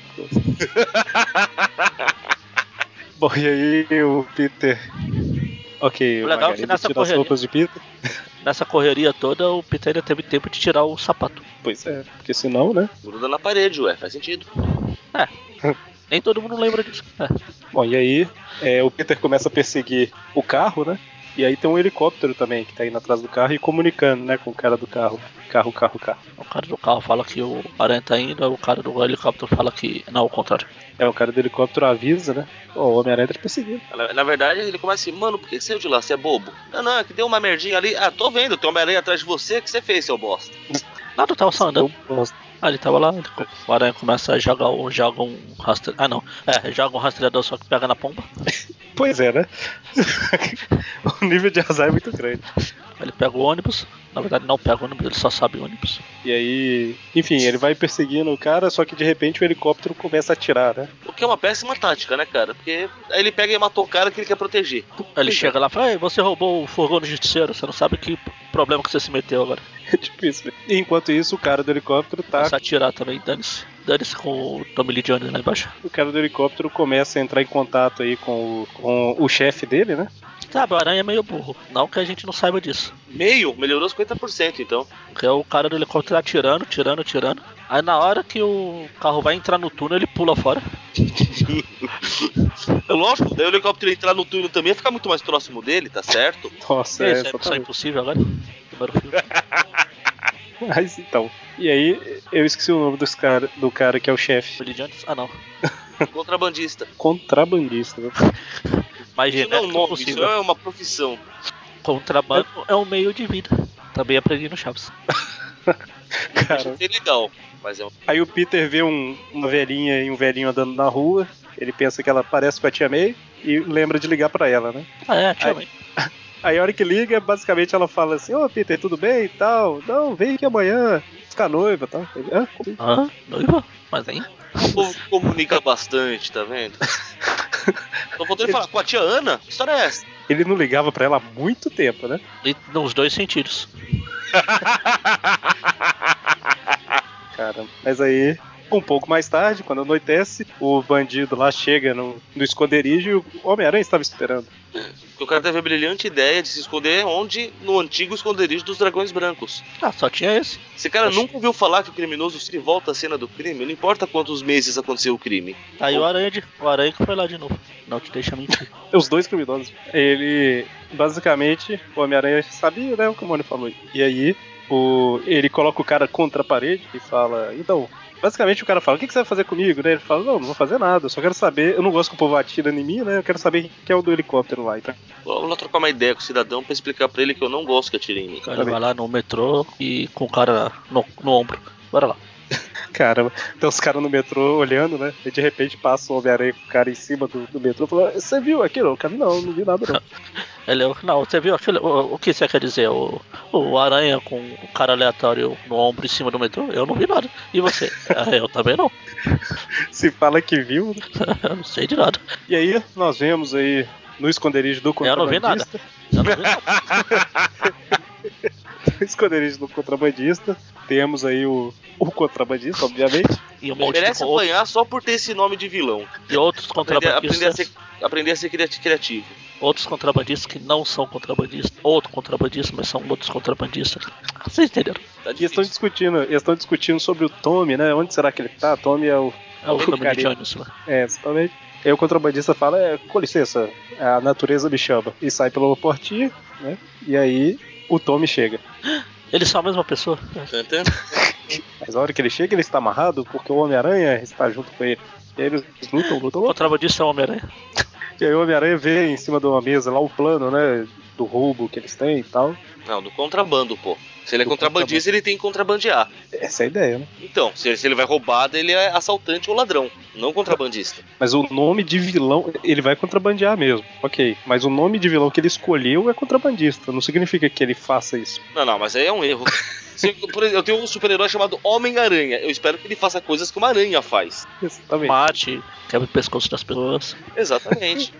Speaker 1: Bom, e aí o Peter. Ok,
Speaker 2: O
Speaker 1: o
Speaker 2: legal é
Speaker 1: Magari,
Speaker 2: que
Speaker 1: ele
Speaker 2: nessa
Speaker 1: tira as
Speaker 2: correria-
Speaker 1: roupas de Peter.
Speaker 2: Nessa correria toda, o Peter ainda teve tempo de tirar o sapato.
Speaker 1: Pois é, porque senão, né?
Speaker 3: Gruda na parede, ué, faz sentido.
Speaker 2: Nem todo mundo lembra disso. É.
Speaker 1: Bom, e aí é, o Peter começa a perseguir o carro, né? E aí tem um helicóptero também que tá indo atrás do carro e comunicando, né, com o cara do carro. Carro, carro, carro.
Speaker 2: O cara do carro fala que o aranha tá indo, o cara do helicóptero fala que. Não, ao contrário.
Speaker 1: É, o cara do helicóptero avisa, né? Ó, o Homem-Aranha tá te perseguindo.
Speaker 3: Na, na verdade, ele começa assim, mano, por que saiu de lá? Você é bobo? Não, não, é que deu uma merdinha ali. Ah, tô vendo, tem uma aranha atrás de você, o que você fez, seu bosta?
Speaker 2: Não, tu tava só Tá andando.
Speaker 1: Eu gosto.
Speaker 2: Ah, ele tava lá, ele co- o aranha começa a jogar um, joga um rastreador. Ah, não. É, joga um rastreador só que pega na pomba.
Speaker 1: Pois é, né? o nível de azar é muito grande.
Speaker 2: Ele pega o ônibus. Na verdade, não pega o ônibus, ele só sabe o ônibus.
Speaker 1: E aí, enfim, ele vai perseguindo o cara, só que de repente o helicóptero começa a atirar, né?
Speaker 3: O que é uma péssima tática, né, cara? Porque aí ele pega e matou o cara que ele quer proteger.
Speaker 2: Aí Ele chega lá e fala: Ei, você roubou o furgão do justiceiro, você não sabe que problema que você se meteu agora.
Speaker 1: É tipo isso. mesmo. E enquanto isso, o cara do helicóptero tá.
Speaker 2: Começa a atirar também, dane-se. Dane-se com o Tommy Lee Jones lá embaixo.
Speaker 1: O cara do helicóptero começa a entrar em contato aí com o, com o chefe dele, né?
Speaker 2: Sabe, o aranha é meio burro. Não que a gente não saiba disso.
Speaker 3: Meio, melhorou 50%, então.
Speaker 2: Porque É o cara do helicóptero tá atirando, tirando, tirando. Aí na hora que o carro vai entrar no túnel, ele pula fora.
Speaker 3: É Lógico, daí o helicóptero entrar no túnel também ia ficar muito mais próximo dele, tá certo?
Speaker 1: Nossa,
Speaker 2: É,
Speaker 1: é,
Speaker 2: isso é missão
Speaker 1: exatamente.
Speaker 2: impossível agora? Primeiro filme.
Speaker 1: Mas então. E aí, eu esqueci o nome dos cara, do cara que é o chefe.
Speaker 2: Billy Jones? Ah, não.
Speaker 3: Contrabandista.
Speaker 1: Contrabandista. né?
Speaker 2: Mais
Speaker 3: Isso não é
Speaker 2: genérico
Speaker 3: um nome, isso
Speaker 2: né? possível.
Speaker 3: é uma profissão.
Speaker 2: Contrabando é um meio de vida. Também aprendi no Chaves.
Speaker 1: Cara.
Speaker 3: É legal, mas é um...
Speaker 1: Aí o Peter vê um- uma velhinha e um velhinho andando na rua. Ele pensa que ela parece com a tia May e lembra de ligar pra ela, né?
Speaker 2: Ah, é, tia
Speaker 1: Ai.
Speaker 2: May.
Speaker 1: Aí a hora que liga, basicamente ela fala assim: Ô Peter, tudo bem e tal? Não, vem aqui amanhã, fica noiva e tal. Ele, "Hã? Como assim?"
Speaker 2: Ah, noiva? Mas nem.
Speaker 3: o povo comunica bastante, tá vendo? Tô voltando a falar com a tia Ana? Que história é essa?
Speaker 1: Ele não ligava pra ela há muito tempo, né?
Speaker 2: E nos dois sentidos.
Speaker 1: Cara, mas aí, um pouco mais tarde, quando anoitece, o bandido lá chega no, no esconderijo e o Homem-Aranha estava esperando.
Speaker 3: Porque o cara teve a brilhante ideia de se esconder onde? No antigo esconderijo dos dragões brancos.
Speaker 2: Ah, só tinha esse.
Speaker 3: Esse cara
Speaker 2: Oxi.
Speaker 3: nunca ouviu falar que o criminoso se volta à cena do crime, não importa quantos meses aconteceu o crime.
Speaker 2: Tá aí o aranha, de, o aranha que foi lá de novo. Não te deixa mentir.
Speaker 1: Os dois criminosos. Ele, basicamente, o Homem-Aranha sabia, né? O que o Mônio falou. E aí, o, ele coloca o cara contra a parede e fala: Então, basicamente o cara fala: O que, que você vai fazer comigo? né? Ele fala: Não, não vou fazer nada, eu só quero saber. Eu não gosto que o povo atira em mim, né? Eu quero saber quem é o do helicóptero lá. Então,
Speaker 3: Vamos lá trocar uma ideia com o cidadão pra explicar pra ele que eu não gosto que atirem em mim.
Speaker 2: O cara
Speaker 1: Também.
Speaker 2: vai lá no metrô e com o cara no, no ombro. Bora lá.
Speaker 1: Cara, tem Então os caras no metrô olhando, né? E de repente passa o Homem-Aranha com o cara em cima do, do metrô e fala: Você viu aquilo? O cara, não, não vi nada não.
Speaker 2: Ele, é não, você viu aquilo? O, o que você quer dizer? O, o aranha com o cara aleatório no ombro em cima do metrô? Eu não vi nada. E você? Ah, eu também não.
Speaker 1: Se fala que viu.
Speaker 2: Eu não sei de nada.
Speaker 1: E aí nós vemos aí no esconderijo do
Speaker 2: Eu não vi nada.
Speaker 1: contrabandista.
Speaker 2: Eu não vi nada.
Speaker 1: No esconderijo do contrabandista. Temos aí o, o contrabandista, obviamente.
Speaker 2: E um
Speaker 3: Ele
Speaker 2: monte de
Speaker 3: merece
Speaker 2: co- outros,
Speaker 3: apanhar só por ter esse nome de vilão.
Speaker 2: e outros
Speaker 3: Aprender, aprender a
Speaker 2: contrabandistas.
Speaker 3: ser, aprender a ser criati- criativo.
Speaker 2: Outros contrabandistas que não são contrabandistas. Outro contrabandista, mas são outros contrabandistas. Ah, Vocês entenderam?
Speaker 1: E
Speaker 3: Tá
Speaker 1: eles estão
Speaker 3: difícil.
Speaker 1: discutindo, eles estão discutindo sobre o Tommy, né? Onde será que ele tá? Tommy é o.
Speaker 2: É o
Speaker 1: Ele
Speaker 2: filme de
Speaker 1: ficaria-
Speaker 2: Jones, né?
Speaker 1: É, exatamente. Aí o contrabandista fala, é, com licença, a natureza me chama. E sai pela portinha, né? E aí o Tommy chega.
Speaker 2: Eles são a mesma pessoa.
Speaker 3: Tan, tan.
Speaker 1: Mas a hora que ele chega, ele está amarrado porque o Homem-Aranha está junto com ele. E aí eles lutam, lutam,
Speaker 2: O
Speaker 1: lutam.
Speaker 2: contrabandista é o Homem-Aranha.
Speaker 1: E aí o Homem-Aranha vê em cima de uma mesa lá o plano, né? Do roubo que eles têm e tal.
Speaker 3: Não, do contrabando, pô. Se ele é
Speaker 1: Do
Speaker 3: contrabandista, ele tem que contrabandear.
Speaker 1: Essa é a ideia, né?
Speaker 3: Então, se ele, se ele vai roubado, ele é assaltante ou ladrão, não contrabandista.
Speaker 1: Mas o nome de vilão, ele vai contrabandear mesmo, ok. Mas o nome de vilão que ele escolheu é contrabandista. Não significa que ele faça isso.
Speaker 3: Não, não, mas aí é um erro. Se eu- por exemplo, eu tenho um super-herói chamado Homem-Aranha. Eu espero que ele faça coisas que uma aranha faz.
Speaker 1: Exatamente.
Speaker 2: Mate, quebra o pescoço das pessoas.
Speaker 3: Exatamente.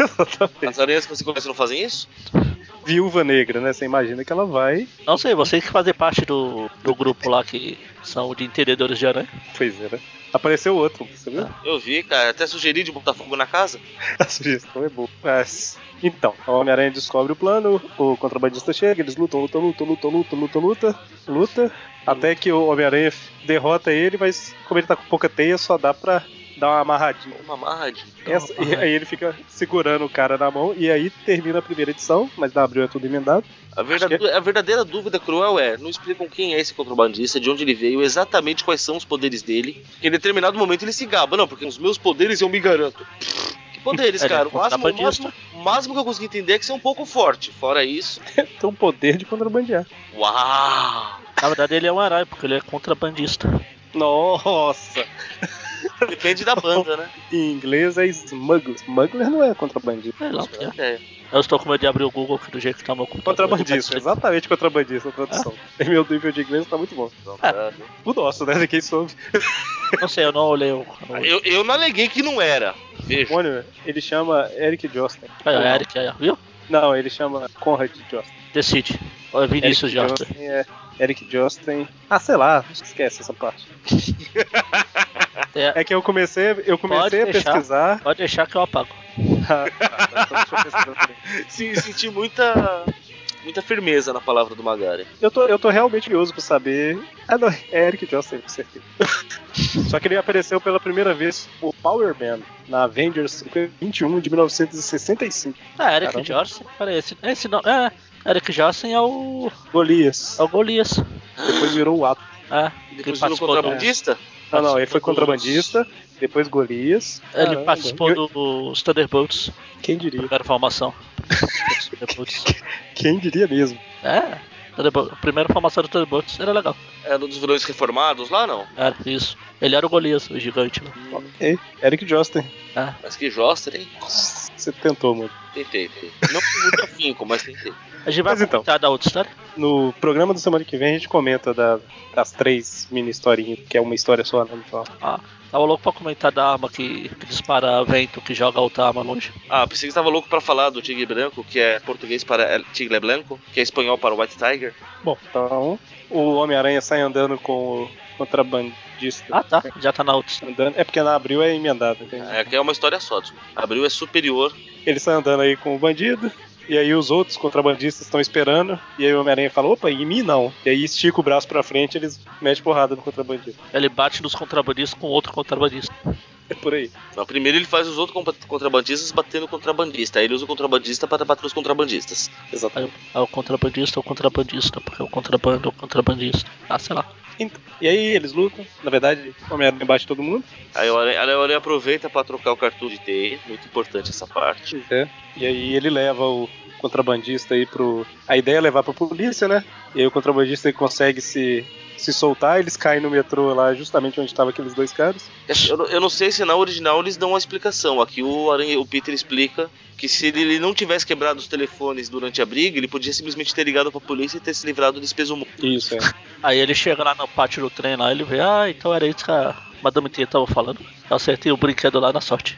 Speaker 1: Exatamente.
Speaker 3: As aranhas que você conhece não fazem isso?
Speaker 1: Viúva negra, né? Você imagina que ela vai.
Speaker 2: Não sei, vocês que fazem parte do, do grupo lá que são de entendedores de aranha.
Speaker 1: Pois é, né? Apareceu outro, você viu?
Speaker 3: Eu vi, cara. Até sugeri de botar fogo na casa.
Speaker 1: A sugestão é boa. Mas, então, o Homem-Aranha descobre o plano, o contrabandista chega, eles lutam, lutam, lutam, lutam, lutam, lutam, lutam, luta. Até que o Homem-Aranha derrota ele, mas como ele tá com pouca teia, só dá pra dar uma amarradinha.
Speaker 3: Uma amarradinha.
Speaker 1: Essa- e aí ele fica segurando o cara na mão, e aí termina a primeira edição, mas na abril é tudo emendado.
Speaker 3: A, verda-
Speaker 1: Acho
Speaker 3: a verdadeira dúvida cruel é: não explicam quem é esse contrabandista, de onde ele veio, exatamente quais são os poderes dele. Que em determinado momento ele se gaba, não, porque os meus poderes eu me garanto. Que poderes,
Speaker 2: Ele é
Speaker 3: cara? O máximo, o,
Speaker 2: contrabandista.
Speaker 3: máximo, o máximo que eu consegui entender é que você é um pouco forte. Fora isso.
Speaker 1: Tem um poder de contrabandear.
Speaker 3: Uau!
Speaker 2: Na verdade, ele é um aranha, porque ele é contrabandista.
Speaker 1: Nossa!
Speaker 3: Depende da banda, né?
Speaker 1: Em inglês é smuggler. Smuggler não é contrabandista.
Speaker 2: Sei lá o que é.
Speaker 3: É.
Speaker 2: Eu estou com medo de abrir o Google, que do jeito que tá meu computador.
Speaker 1: Contrabandista,
Speaker 2: eu vou
Speaker 1: É exatamente contrabandista a tradução. Meu nível de inglês tá muito bom.
Speaker 3: Então, tá, viu?
Speaker 1: O nosso, né? De Quem soube.
Speaker 2: Não sei, eu não olhei o.
Speaker 3: Eu, eu não aleguei que não era. Veja.
Speaker 1: Mônio, ele chama Eric Jostin.
Speaker 2: Aí, ó, Ah, é Eric, aí, ó, viu?
Speaker 1: Não, ele chama Conrad Jostin.
Speaker 2: Decide. Ó, Vinícius
Speaker 1: Eric
Speaker 2: Josta.
Speaker 1: Jostin é Eric Jostin. Ah, sei lá, esquece essa parte.
Speaker 2: É,
Speaker 1: É que eu comecei, eu comecei a
Speaker 2: Pode deixar.
Speaker 1: pesquisar.
Speaker 2: pode deixar que eu apago.
Speaker 1: Ah, tá, então deixa eu pesquisar também.
Speaker 3: Sim, senti muita. Muita firmeza na palavra do Magari.
Speaker 1: Eu tô, eu tô realmente curioso pra saber. Ah, não, é Eric Jostin, com certeza. Só que ele apareceu pela primeira vez o Power Man na Avengers 21 de 1965.
Speaker 2: Ah, Eric
Speaker 1: Caramba.
Speaker 2: Johnson, peraí, esse, esse não. É, Eric Johnson é o.
Speaker 1: Golias.
Speaker 2: é o Golias.
Speaker 1: Depois virou o Ato.
Speaker 2: É, ele
Speaker 3: Depois virou
Speaker 2: participou do,
Speaker 3: contrabandista?
Speaker 1: Não, não, ele foi
Speaker 2: Participou dos-
Speaker 1: contrabandista, depois Golias.
Speaker 2: ele
Speaker 1: Caramba.
Speaker 2: participou
Speaker 1: Eu-
Speaker 2: dos Thunderbolts,
Speaker 1: Quem diria?
Speaker 2: primeira formação. Dos Thunderbolts.
Speaker 1: Quem diria mesmo?
Speaker 2: É, Thunderbolt, a primeira formação do Thunderbolts era legal.
Speaker 3: Era um dos vilões reformados lá, não?
Speaker 2: Era isso. Ele era o Golias, o gigante. lá.
Speaker 1: Ok. Eric Justin.
Speaker 2: É.
Speaker 3: Mas que jostra, hein?
Speaker 1: Você tentou, mano.
Speaker 3: Tentei, tentei. Não com muito afinco, mas tentei.
Speaker 2: A gente vai
Speaker 1: Mas então.
Speaker 2: comentar da outra história?
Speaker 1: No programa da semana que vem a gente comenta da- das três mini historinhas, que é uma história só, né? Então,
Speaker 2: Ah, tava louco pra comentar da arma que, que dispara vento, que joga outra arma longe.
Speaker 3: Ah, pensei que você tava louco pra falar do Tigre Branco, que é português para El Tigre Blanco, que é espanhol para White Tiger.
Speaker 1: Bom, então o Homem-Aranha sai andando com o contrabandista.
Speaker 2: Ah tá, já tá na outra história.
Speaker 1: Andando, é porque na abril é emendado, entende?
Speaker 3: É, que é uma história só. desculpa. Abril é superior.
Speaker 1: Ele sai andando aí com o bandido. E aí os outros contrabandistas estão esperando. E aí o Homem-Aranha fala, opa, em mim não. E aí estica o braço pra frente e eles metem porrada no contrabandista.
Speaker 2: Ele bate nos contrabandistas com outro contrabandista.
Speaker 1: É por aí.
Speaker 3: Não, primeiro ele faz os outros compa- contrabandistas batendo o contrabandista. Aí ele usa o contrabandista para bater os contrabandistas.
Speaker 2: Aí,
Speaker 1: Exatamente.
Speaker 2: o- aí o contrabandista é o contrabandista, porque o contrabando é o contrabandista. Ah, sei lá.
Speaker 1: Então, e aí eles lutam. Na verdade, o Homem-Aranha bate todo mundo.
Speaker 3: Aí o Aranha, aí o Aranha aproveita para trocar o cartucho de teia. Muito importante essa parte.
Speaker 1: É. E aí ele leva o contrabandista aí pro. A ideia é levar pra polícia, né? E aí o contrabandista ele consegue se, se soltar, eles caem no metrô lá, justamente onde estavam aqueles dois caras.
Speaker 3: É, Eu, não- eu não sei se na original eles dão uma explicação. Aqui o, Aranha, o Peter explica que se ele, ele não tivesse quebrado os telefones durante a briga, ele podia simplesmente ter ligado pra polícia e ter se livrado desse peso morto.
Speaker 1: Isso, é.
Speaker 2: Aí ele chega lá no pátio do trem lá, ele vê, ah, então era isso que a Madame Tia tava falando. Eu acertei o brinquedo lá na sorte.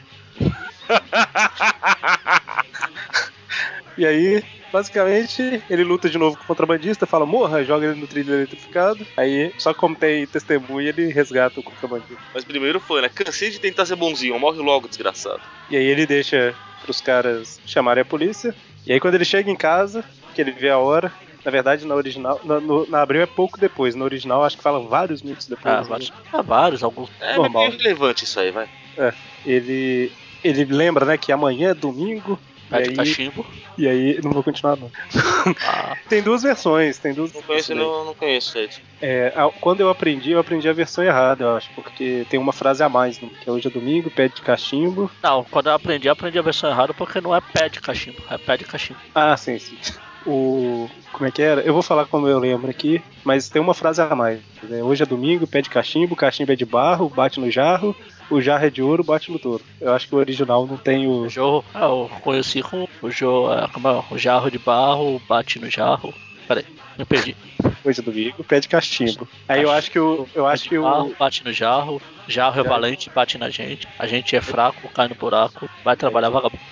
Speaker 1: E aí, basicamente, ele luta de novo com o contrabandista, fala morra, joga ele no trilho eletrificado. Aí, só como tem testemunha, ele resgata o contrabandista.
Speaker 3: Mas primeiro foi, né? Cansei de tentar ser bonzinho, morre logo, desgraçado.
Speaker 1: E aí ele deixa pros caras chamarem a polícia. E aí quando ele chega em casa, que ele vê a hora. Na verdade, na original. Na, no- na abril é pouco depois. No original, acho que fala vários minutos depois.
Speaker 2: Ah,
Speaker 1: né?
Speaker 2: vários, ah, vários alguns.
Speaker 3: É
Speaker 1: Normal.
Speaker 3: meio relevante isso aí, vai.
Speaker 1: ele ele lembra, né, que amanhã é domingo. E
Speaker 2: Pede
Speaker 1: aí,
Speaker 2: cachimbo.
Speaker 1: e aí, não vou continuar não.
Speaker 2: Ah,
Speaker 1: Tem duas versões, tem duas.
Speaker 3: Não conheço,
Speaker 1: versões.
Speaker 3: não, não conheço isso aí.
Speaker 1: É, a- quando eu aprendi, eu aprendi a versão errada, eu acho, porque tem uma frase a mais, né, que é hoje é domingo, pede cachimbo.
Speaker 2: não, quando eu aprendi, eu aprendi a versão errada porque não é pé de cachimbo, é pé de cachimbo.
Speaker 1: Ah, sim, sim. O como é que era? Eu vou falar quando eu lembro aqui, mas tem uma frase a mais. né, hoje é domingo, pede cachimbo, cachimbo é de barro, bate no jarro, o jarro é de ouro, bate no touro. Eu acho que o original não tem o
Speaker 2: O Jô, ah, eu conheci com o Jô, ah, como é, o jarro de barro, bate no jarro. Peraí, me perdi.
Speaker 1: hoje é domingo, pede cachimbo. Aí eu acho que o eu acho que o
Speaker 2: Barro, bate no jarro, jarro é valente, bate na gente, a gente é fraco, cai no buraco, vai trabalhar vagabundo.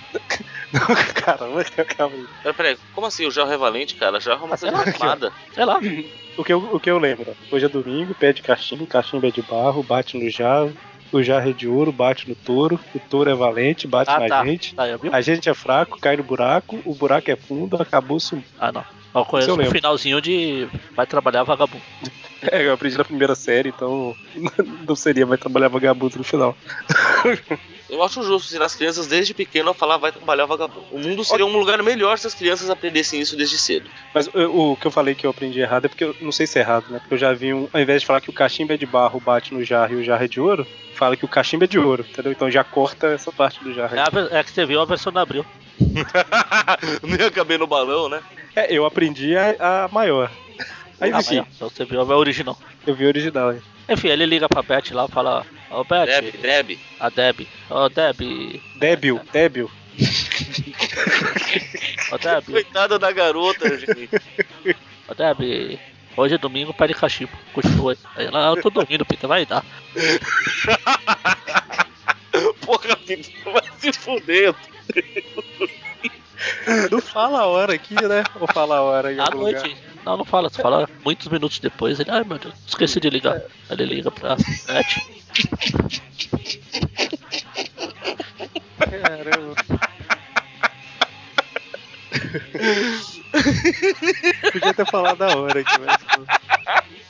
Speaker 1: Caramba, calma aí.
Speaker 3: Pera, peraí, como assim o jarro é valente, cara? Jarro é uma
Speaker 2: Ah, sei
Speaker 3: coisa armada.
Speaker 2: Sei lá,
Speaker 1: O que, eu, o que eu lembro, hoje é domingo, pede cachimbo, cachimbo é de barro, bate no jarro, o jarro é de ouro, bate no touro, o touro é valente, bate
Speaker 2: Ah,
Speaker 1: na
Speaker 2: tá.
Speaker 1: gente,
Speaker 2: tá, viu?
Speaker 1: a gente é fraco, cai no buraco, o buraco é fundo, acabou-se. o-
Speaker 2: Ah, não. Eu
Speaker 1: Isso
Speaker 2: conheço
Speaker 1: eu
Speaker 2: o
Speaker 1: lembro.
Speaker 2: finalzinho de vai trabalhar vagabundo.
Speaker 1: É, eu aprendi na primeira série, então não seria, vai trabalhar vagabundo no final.
Speaker 3: Eu acho justo ensinar as crianças desde pequeno a falar vai trabalhar vagabundo. O mundo seria um lugar melhor se as crianças aprendessem isso desde cedo.
Speaker 1: Mas eh, o, o que eu falei que eu aprendi errado é porque eu não sei se é errado, né? Porque eu já vi um. Ao invés de falar que o cachimbo é de barro, bate no jarro e o jarro é de ouro, fala que o cachimbo é de ouro, entendeu? Então já corta essa parte do jarro.
Speaker 2: É, a ver- é que você viu a versão da Abril.
Speaker 3: Nem acabei no balão, né?
Speaker 1: É, eu aprendi a, a maior. Aí,
Speaker 2: Ah,
Speaker 1: enfim,
Speaker 2: mas, ó, então você viu a original.
Speaker 1: eu vi o original. Aí.
Speaker 2: Enfim, ele liga pra Beth lá e fala: Ô Beth,
Speaker 3: Deb, Deb.
Speaker 2: a Deb, ô Deb,
Speaker 1: Débil, débil.
Speaker 2: ô Deb,
Speaker 3: Coitada da garota, gente.
Speaker 2: ô Deb, hoje é domingo, pede cachimbo. Continua aí. aí. ela, Eu tô dormindo, Peter, vai dar.
Speaker 3: Porra, Vitor, vai se fuder.
Speaker 1: Não fala a hora aqui, né? Ou fala a hora em
Speaker 2: À
Speaker 1: algum lugar.
Speaker 2: noite. Não, não fala, você fala muitos minutos depois. Ele, ai meu Deus, esqueci de ligar. Aí ele liga pra Beth.
Speaker 1: Caramba. Podia ter falado a hora aqui, mas...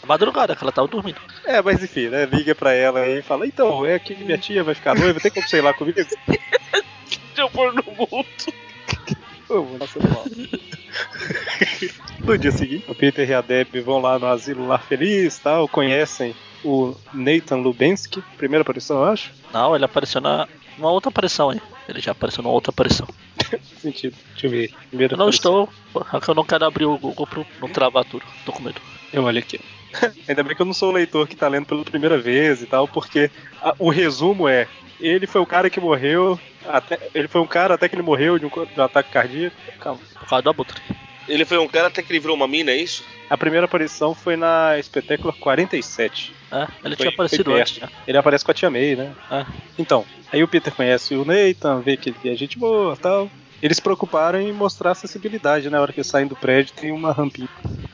Speaker 2: Madrugada, que ela tava dormindo.
Speaker 1: É, mas enfim, né? Liga pra ela aí e fala: então, é aqui que minha tia vai ficar noiva, tem como sei lá comigo?
Speaker 3: Deixa eu pôr no mundo.
Speaker 1: Eu vou nascer mal. No dia seguinte, o Peter e a Deb vão lá no asilo lá feliz tal, conhecem o Nathan Lubensky, primeira aparição, eu acho.
Speaker 2: Não, ele apareceu na. Uma outra aparição aí. Ele já apareceu numa outra aparição.
Speaker 1: Sentido. Deixa eu ver. Primeira
Speaker 2: Eu não
Speaker 1: aparição.
Speaker 2: estou. é Eu não quero abrir o Google pro não travar tudo. Tô com medo.
Speaker 1: Eu olho aqui. Ainda bem que eu não sou o leitor que tá lendo pela primeira vez e tal, porque a- o resumo é: ele foi o cara que morreu, até, ele foi um cara até que ele morreu de um, co- de um ataque cardíaco. Calma.
Speaker 2: Por causa do abutre.
Speaker 3: Ele foi um cara até que livrou uma mina, é isso?
Speaker 1: A primeira aparição foi na Espetáculo 47.
Speaker 2: É,
Speaker 1: Foi-
Speaker 2: ele tinha aparecido
Speaker 1: foi
Speaker 2: antes,
Speaker 1: perto.
Speaker 2: né?
Speaker 1: Ele aparece com a tia May, né?
Speaker 2: É.
Speaker 1: Então, aí o Peter conhece o Nathan, vê que ele é gente boa tal. Eles se preocuparam em mostrar acessibilidade, né? Na hora que saem do prédio tem uma rampinha.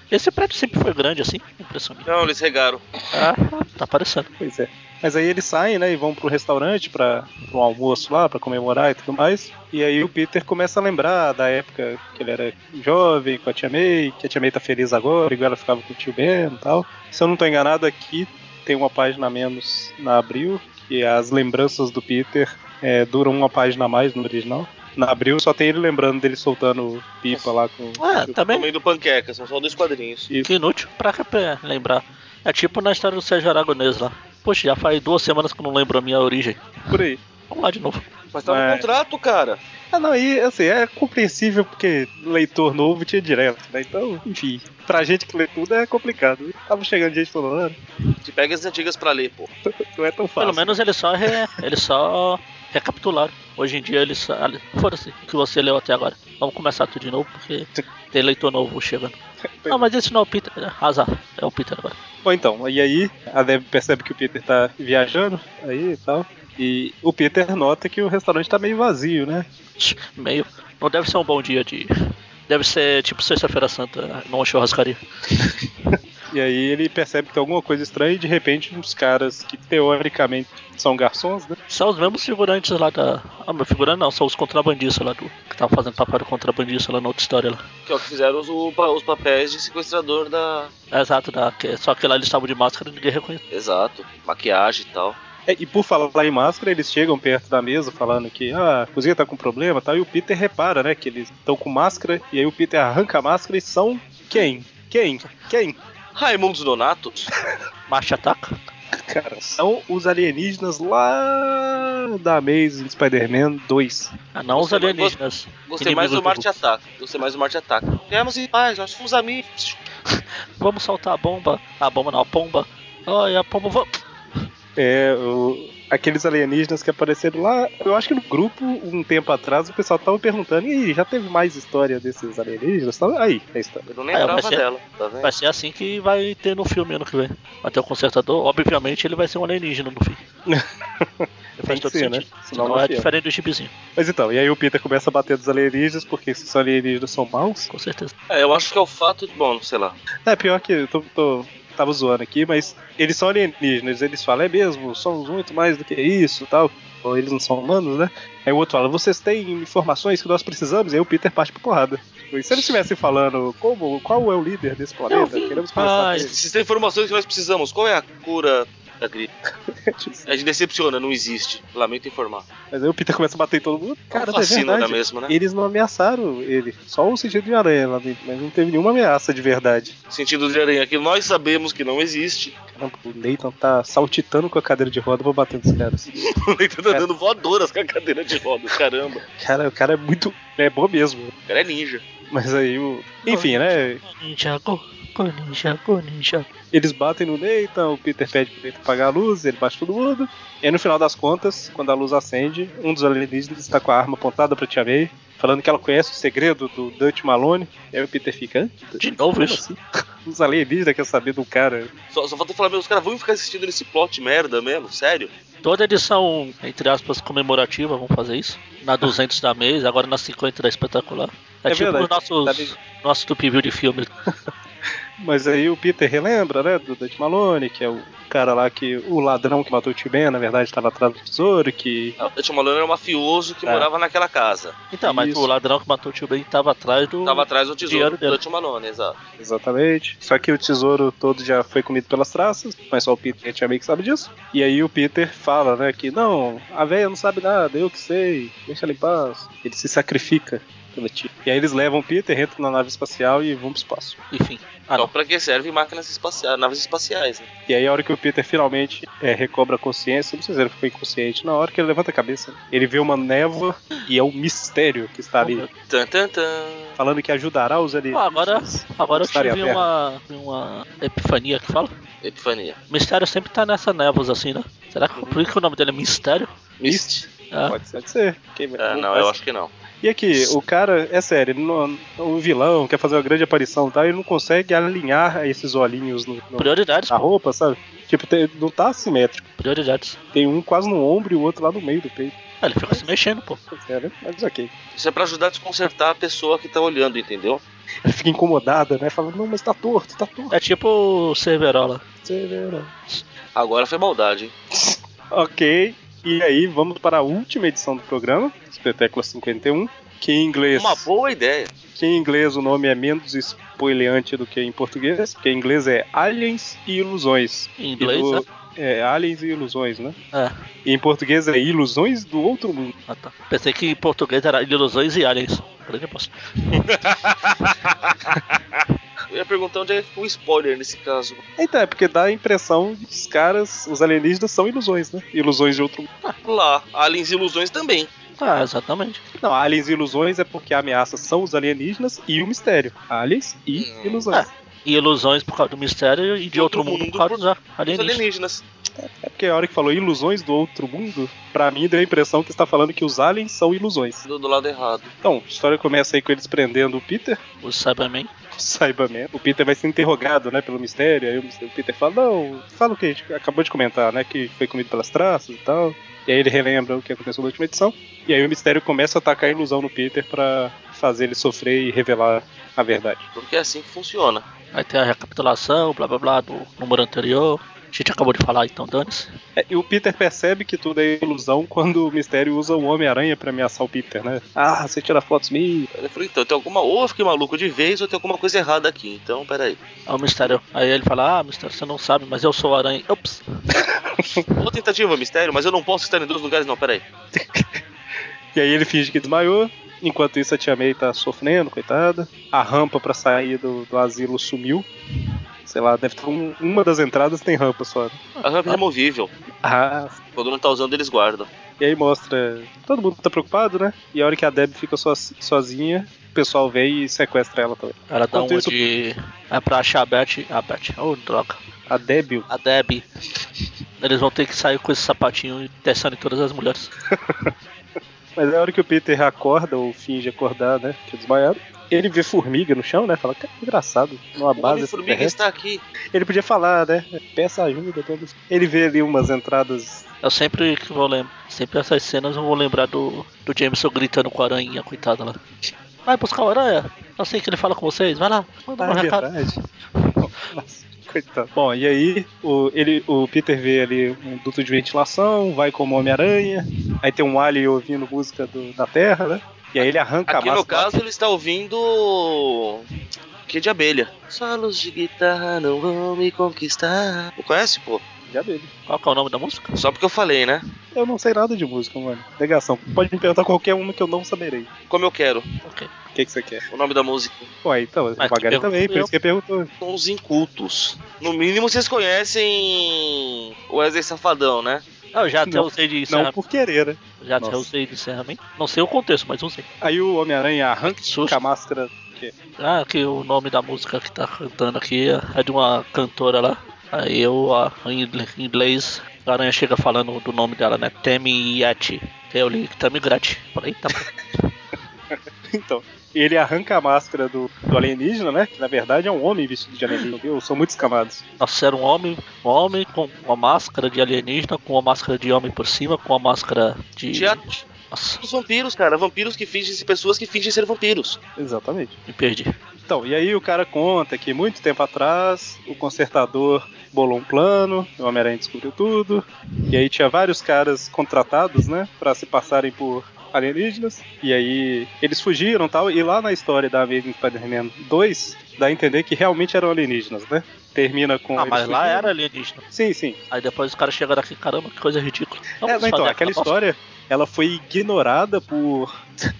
Speaker 2: Esse prédio sempre foi grande assim, impressão minha.
Speaker 3: Não, eles regaram.
Speaker 2: Ah, tá aparecendo.
Speaker 1: Pois é. Mas aí eles saem, né, e vão pro restaurante pra pra um almoço lá, pra comemorar e tudo mais. E aí o Peter começa a lembrar da época que ele era jovem, com a Tia May, que a Tia May tá feliz agora, igual ela ficava com o tio Ben e tal. Se eu não tô enganado, aqui tem uma página a menos na Abril, que as lembranças do Peter é, duram uma página a mais no original. Na Abril só tem ele lembrando dele soltando pipa lá com...
Speaker 2: Ah, também.
Speaker 3: Comendo panqueca, são só dois quadrinhos.
Speaker 2: Que inútil pra que pra lembrar. É tipo na história do Sérgio Aragonês lá. Poxa, já faz duas semanas que eu não lembro a minha origem.
Speaker 1: por aí.
Speaker 2: Vamos lá de novo.
Speaker 3: Mas tá no
Speaker 1: É.
Speaker 3: contrato, cara.
Speaker 1: Ah, não, e assim, é compreensível porque leitor novo tinha direto, né? Então, enfim, pra gente que lê tudo é complicado. Tava chegando gente falando, ah,
Speaker 3: Te pega as antigas pra ler, pô.
Speaker 1: não é tão fácil.
Speaker 2: Pelo menos eles só, re, eles só recapitularam. Hoje em dia eles. só- ali- Foda-se o que você leu até agora. Vamos começar tudo de novo porque tem leitor novo chegando. Ah, mas esse não é o Peter. Azar, é o Peter agora.
Speaker 1: Bom, então, e aí a Deb percebe que o Peter tá viajando aí e tal. E o Peter nota que o restaurante tá meio vazio, né?
Speaker 2: Tch, Meio. Não deve ser um bom dia de. Deve ser tipo Sexta-feira Santa, numa churrascaria.
Speaker 1: E aí ele percebe que tem alguma coisa estranha e de repente uns caras que teoricamente são garçons, né?
Speaker 2: São os mesmos figurantes lá da. Ah, meu figurante não, são os contrabandistas lá do. Que estavam fazendo papel de contrabandista lá na outra história lá.
Speaker 3: Que é o que fizeram os, o pa- os papéis de sequestrador da.
Speaker 2: É, Exato, da... que- só que lá eles estavam de máscara e ninguém reconhece.
Speaker 3: Exato. Maquiagem e tal.
Speaker 1: É, e por falar lá em máscara, eles chegam perto da mesa falando que ah, a cozinha tá com problema e tal. E o Peter repara, né? Que eles estão com máscara. E aí o Peter arranca a máscara e são quem? Quem? Quem?
Speaker 3: Raimundos Donato?
Speaker 2: Marcha ataca.
Speaker 1: Cara, são os alienígenas lá da Amazing Spider-Man 2.
Speaker 2: Ah, não os
Speaker 3: Gostei, mas
Speaker 2: alienígenas.
Speaker 3: Gostei mais do
Speaker 2: inimigos
Speaker 3: Marte Ataca. Gostei mais do Marte Ataca. Ganhamos em paz, nós fomos amigos.
Speaker 2: Vamos soltar a bomba. A bomba não, a pomba. Ai, a pomba. Vamos.
Speaker 1: É, o- aqueles alienígenas que apareceram lá. Eu acho que no grupo, um tempo atrás, o pessoal tava perguntando: e aí, já teve mais história desses alienígenas? Tal? Aí, é a história.
Speaker 3: Eu não lembrava
Speaker 2: Ah, vai ser-
Speaker 3: dela, tá vendo?
Speaker 2: Vai ser assim que vai ter no filme ano que vem. Vai ter o consertador, obviamente ele vai ser um alienígena no fim.
Speaker 1: Tem que ser, né? Senão
Speaker 2: Senão
Speaker 1: não
Speaker 2: é
Speaker 1: é filme.
Speaker 2: diferente do gibizinho,
Speaker 1: Mas então, e aí o Peter começa a bater dos alienígenas, porque se os alienígenas são maus.
Speaker 2: com certeza.
Speaker 3: É, eu acho que é o fato de. Bom, sei lá.
Speaker 1: É, pior que eu tô, tô- tava zoando aqui, mas eles são alienígenas, eles falam, é mesmo, somos muito mais do que isso tal. Ou eles não são humanos, né? Aí o outro fala, vocês têm informações que nós precisamos? E aí o Peter parte pra porrada. E se eles estivessem falando, como, qual é o líder desse planeta? Queremos conversar
Speaker 2: Ai.
Speaker 1: com ele.
Speaker 3: Se tem informações que nós precisamos, qual é a cura da gripe?
Speaker 1: Antes.
Speaker 3: A gente decepciona, não existe. Lamento informar.
Speaker 1: Mas aí o Peter começa a bater em todo mundo. Cara,
Speaker 3: é um
Speaker 1: é
Speaker 3: vacilo, não é
Speaker 1: verdade.
Speaker 3: mesmo, né?
Speaker 1: Eles não ameaçaram ele, só o sentido de aranha lá dentro, mas não teve nenhuma ameaça de verdade.
Speaker 3: Sentido de aranha que nós sabemos que não existe.
Speaker 1: Caramba, o Nathan tá saltitando com a cadeira de roda pra bater nos caras.
Speaker 3: O Leitor tá dando voadoras com a cadeira de rodas, caramba.
Speaker 1: Cara, o cara é muito. É bom mesmo.
Speaker 3: O cara é ninja.
Speaker 1: Mas aí o. Enfim, né?
Speaker 2: Go ninja, go, go ninja, go ninja.
Speaker 1: Eles batem no Nathan, o Peter pede pro Nathan apagar a luz, ele bate todo mundo. E aí, no final das contas, quando a luz acende, um dos alienígenas está com a arma apontada pra Tia May, falando que ela conhece o segredo do Dutch Malone. E aí o Peter fica. "Hã?
Speaker 2: De novo
Speaker 1: Como
Speaker 2: isso.
Speaker 1: assim? Os alienígenas querem saber do cara.
Speaker 3: Só, só falta falar, meu, os caras vão ficar assistindo nesse plot merda mesmo, sério?
Speaker 2: Toda edição, entre aspas, comemorativa, vamos fazer isso. Na 200 da mês, agora na 50 da espetacular. É,
Speaker 1: É
Speaker 2: tipo
Speaker 1: verdade.
Speaker 2: os nossos,
Speaker 1: Tá bem.
Speaker 2: nosso tupi view de filme.
Speaker 1: Mas aí o Peter relembra, né, do Dutch Malone, que é o cara lá que. O ladrão que matou o Tio Ben, na verdade, estava atrás do tesouro, que.
Speaker 3: Não, O Tim Malone era um mafioso que
Speaker 1: É.
Speaker 3: morava naquela casa.
Speaker 2: Então, mas
Speaker 1: Isso.
Speaker 2: o ladrão que matou o tio Ben tava atrás do.
Speaker 3: Tava atrás do
Speaker 2: Dinheiro
Speaker 3: tesouro
Speaker 2: dele.
Speaker 3: do Tim Malone, exato.
Speaker 1: Exatamente. Só que o tesouro todo já foi comido pelas traças, mas só o Peter tinha meio que sabe disso. E aí o Peter fala, né, que não, a velha não sabe nada, eu que sei, deixa ela em paz. Ele se sacrifica pelo tio. E aí eles levam o Peter, entram na nave espacial e vão pro espaço.
Speaker 2: Enfim. Ah,
Speaker 3: então,
Speaker 2: não.
Speaker 3: pra que servem máquinas espaciais, naves espaciais, né?
Speaker 1: E aí a hora que o Peter finalmente é, recobra a consciência, não sei se ele ficou inconsciente, na hora que ele levanta a cabeça, né? ele vê uma névoa e é um mistério que está ali,
Speaker 3: Tan, tan, tan.
Speaker 1: falando que ajudará os alienígenas.
Speaker 2: Ah, agora, agora eu
Speaker 1: Estaria
Speaker 2: tive
Speaker 1: perto.
Speaker 2: uma, uma epifania que fala.
Speaker 3: Epifania.
Speaker 2: Mistério sempre tá nessa névoas assim, né? Será que por isso que o nome dele é Mistério?
Speaker 3: Mist?
Speaker 2: Ah,
Speaker 1: Pode ser, pode ser. Quem-
Speaker 3: Ah, não,
Speaker 1: faz-
Speaker 3: eu acho que não.
Speaker 1: E aqui, o cara, é sério, ele não- o vilão quer fazer uma grande aparição e tal, ele não consegue alinhar esses olhinhos no- no-
Speaker 2: prioridades,
Speaker 1: na roupa, sabe? Tipo, tem- não tá assimétrico.
Speaker 2: prioridades.
Speaker 1: Tem um quase no ombro e o outro lá no meio do peito.
Speaker 2: Ah, ele fica se mexendo, pô.
Speaker 1: Sério, mas ok.
Speaker 3: Isso é pra ajudar a desconcertar a pessoa que tá olhando, entendeu?
Speaker 1: Ela fica incomodada, né? Fala, não, mas tá torto, tá torto.
Speaker 2: É tipo o Cerverola.
Speaker 1: Você vê, né?
Speaker 3: Agora foi maldade, hein?
Speaker 1: Ok, e aí vamos para a última edição do programa, Espetáculo 51, que em inglês...
Speaker 3: Uma boa ideia.
Speaker 1: que em inglês o nome é menos spoileante do que em português, porque em inglês é Aliens e Ilusões.
Speaker 2: Em inglês,
Speaker 1: E
Speaker 2: né?
Speaker 1: É, Aliens e Ilusões, né?
Speaker 2: É.
Speaker 1: E em português é Ilusões do Outro Mundo.
Speaker 2: Ah, tá. Pensei que em português era ilusões e aliens. Grande aposta.
Speaker 3: Eu ia perguntar onde é que ficou o spoiler nesse caso.
Speaker 1: Então, é porque dá a impressão de que os caras, os alienígenas, são ilusões, né? Ilusões de outro mundo.
Speaker 3: Lá, aliens e ilusões também.
Speaker 2: Ah, exatamente.
Speaker 1: Não, aliens e ilusões é porque a ameaça são os alienígenas e o mistério. Aliens e
Speaker 3: Hum.
Speaker 1: ilusões.
Speaker 2: E ilusões por causa do mistério e de
Speaker 3: Todo
Speaker 2: outro mundo,
Speaker 3: mundo
Speaker 2: por causa
Speaker 3: por-
Speaker 2: dos
Speaker 3: Os
Speaker 2: alienígenas.
Speaker 3: alienígenas.
Speaker 1: É porque a hora que falou ilusões do outro mundo, pra mim deu a impressão que está falando que os aliens são ilusões.
Speaker 3: Do, do lado errado.
Speaker 1: Então, a história começa aí com eles prendendo o Peter.
Speaker 2: O Cyberman.
Speaker 1: saiba mesmo. O Peter vai ser interrogado, né, pelo mistério. Aí o mis- o Peter fala, não, fala o que a gente acabou de comentar, né? Que foi comido pelas traças e tal. E aí ele relembra o que aconteceu na última edição. E aí o mistério começa a atacar a ilusão no Peter pra fazer ele sofrer e revelar a verdade.
Speaker 3: Porque é assim que funciona.
Speaker 2: Aí tem a recapitulação, blá blá blá, do número anterior. A gente acabou de falar, então dane-se.
Speaker 1: É, e o Peter percebe que tudo é ilusão quando o mistério usa o Homem-Aranha pra ameaçar o Peter, né? Ah, você tira fotos minhas.
Speaker 3: Ele falou, então, tem alguma. Ou eu fiquei maluco de vez, ou tem alguma coisa errada aqui. Então, peraí.
Speaker 2: Aí o É um mistério. Aí ele fala: Ah, mistério, você não sabe, mas eu sou o aranha. Ops.
Speaker 3: Boa tentativa, mistério, mas eu não posso estar em dois lugares, não, peraí.
Speaker 1: E aí ele finge que desmaiou. Enquanto isso, a Tia May tá sofrendo, coitada. A rampa pra sair do, do asilo sumiu. Sei lá, deve ter um- uma das entradas tem rampa só. né?
Speaker 3: A rampa é removível.
Speaker 1: Ah,
Speaker 3: Quando não tá usando, eles guardam.
Speaker 1: e aí mostra. Todo mundo tá preocupado, né? E a hora que a Deb fica so- sozinha, o pessoal vem e sequestra ela também.
Speaker 2: Ela dá
Speaker 1: Enquanto
Speaker 2: um
Speaker 1: isso-
Speaker 2: de. É pra achar a Beth. A Beth. Oh, droga.
Speaker 1: A Deb.
Speaker 2: A Deb. Eles vão ter que sair com esse sapatinho e testando em todas as mulheres.
Speaker 1: Mas é a hora que o Peter acorda, ou finge acordar, né? Que é desmaiado. Ele vê formiga no chão, né? Fala, cara, que engraçado. Numa
Speaker 3: O
Speaker 1: base.
Speaker 3: Homem-Formiga
Speaker 1: extraterrestre."
Speaker 3: está aqui.
Speaker 1: Ele podia falar, né? Peça ajuda. Todos. Ele vê ali umas entradas
Speaker 2: Eu sempre que vou lembrar. Sempre essas cenas eu vou lembrar do, do Jameson gritando com a aranha, coitada lá. Vai buscar o aranha. Eu sei que ele fala com vocês, vai lá, manda um
Speaker 1: Ah, é
Speaker 2: recado.
Speaker 1: verdade. Nossa, Coitado. Bom, e aí o, ele, o Peter vê ali um duto de ventilação, vai como Homem-Aranha, aí tem um alien ouvindo música do- da Terra, né? E aí ele arranca
Speaker 3: Aqui
Speaker 1: a
Speaker 3: no
Speaker 1: máscara.
Speaker 3: caso ele está ouvindo. Que de abelha. Solos de guitarra não vão me conquistar. Não conhece, pô?
Speaker 1: de abelha.
Speaker 2: Qual que é o nome da música?
Speaker 3: Só porque eu falei, né?
Speaker 1: Eu não sei nada de música, mano. Negação. Pode me perguntar qualquer uma que eu não saberei.
Speaker 3: Como eu quero.
Speaker 2: Ok.
Speaker 1: O que, que você quer?
Speaker 3: O nome da música.
Speaker 1: Ué, então,
Speaker 2: Mas
Speaker 1: Magari
Speaker 2: que pergunta
Speaker 1: também, por
Speaker 2: eu.
Speaker 1: isso que ele perguntou.
Speaker 3: São os incultos. No mínimo vocês conhecem. Wesley Safadão, né?
Speaker 2: Ah, eu já até
Speaker 1: Não,
Speaker 2: usei de
Speaker 1: Não
Speaker 2: encerramento.
Speaker 1: por querer, né?
Speaker 2: Já até
Speaker 1: Nossa.
Speaker 2: usei de encerramento. Não sei o contexto, mas usei.
Speaker 1: Aí o Homem-Aranha arranca
Speaker 2: Que susto.
Speaker 1: a máscara.
Speaker 2: Ah, que o nome da música que tá cantando aqui é de uma cantora lá. Aí eu, ah, em ingle- em inglês, a aranha chega falando do nome dela, né? Temi Yati. Eu li Tami Grati. Falei, eita, pô.
Speaker 1: Então, ele arranca a máscara do, do alienígena, né? Que na verdade é um homem vestido de alienígena, viu? São muitos camados.
Speaker 2: Nossa, era um homem, um homem com uma máscara de alienígena, com uma máscara de homem por cima, com uma máscara de.
Speaker 3: Teatro
Speaker 2: Nossa,
Speaker 3: dos vampiros, cara. Vampiros que fingem ser pessoas que fingem ser vampiros.
Speaker 1: Exatamente.
Speaker 2: me perdi.
Speaker 1: Então, e aí o cara conta que muito tempo atrás o consertador bolou um plano, o Homem-Aranha descobriu tudo, e aí tinha vários caras contratados, né, para se passarem por alienígenas, e aí eles fugiram e tal, e lá na história da Amazing Spider-Man 2, dá a entender que realmente eram alienígenas, né? Termina com.
Speaker 2: Ah,
Speaker 1: eles
Speaker 2: mas lá
Speaker 1: fugindo.
Speaker 2: era alienígena.
Speaker 1: Sim, sim.
Speaker 2: Aí depois os caras chegam daqui, caramba, que coisa ridícula. Vamos
Speaker 1: É, não, então,
Speaker 2: fazer
Speaker 1: aquela
Speaker 2: bosta.
Speaker 1: história, ela foi ignorada por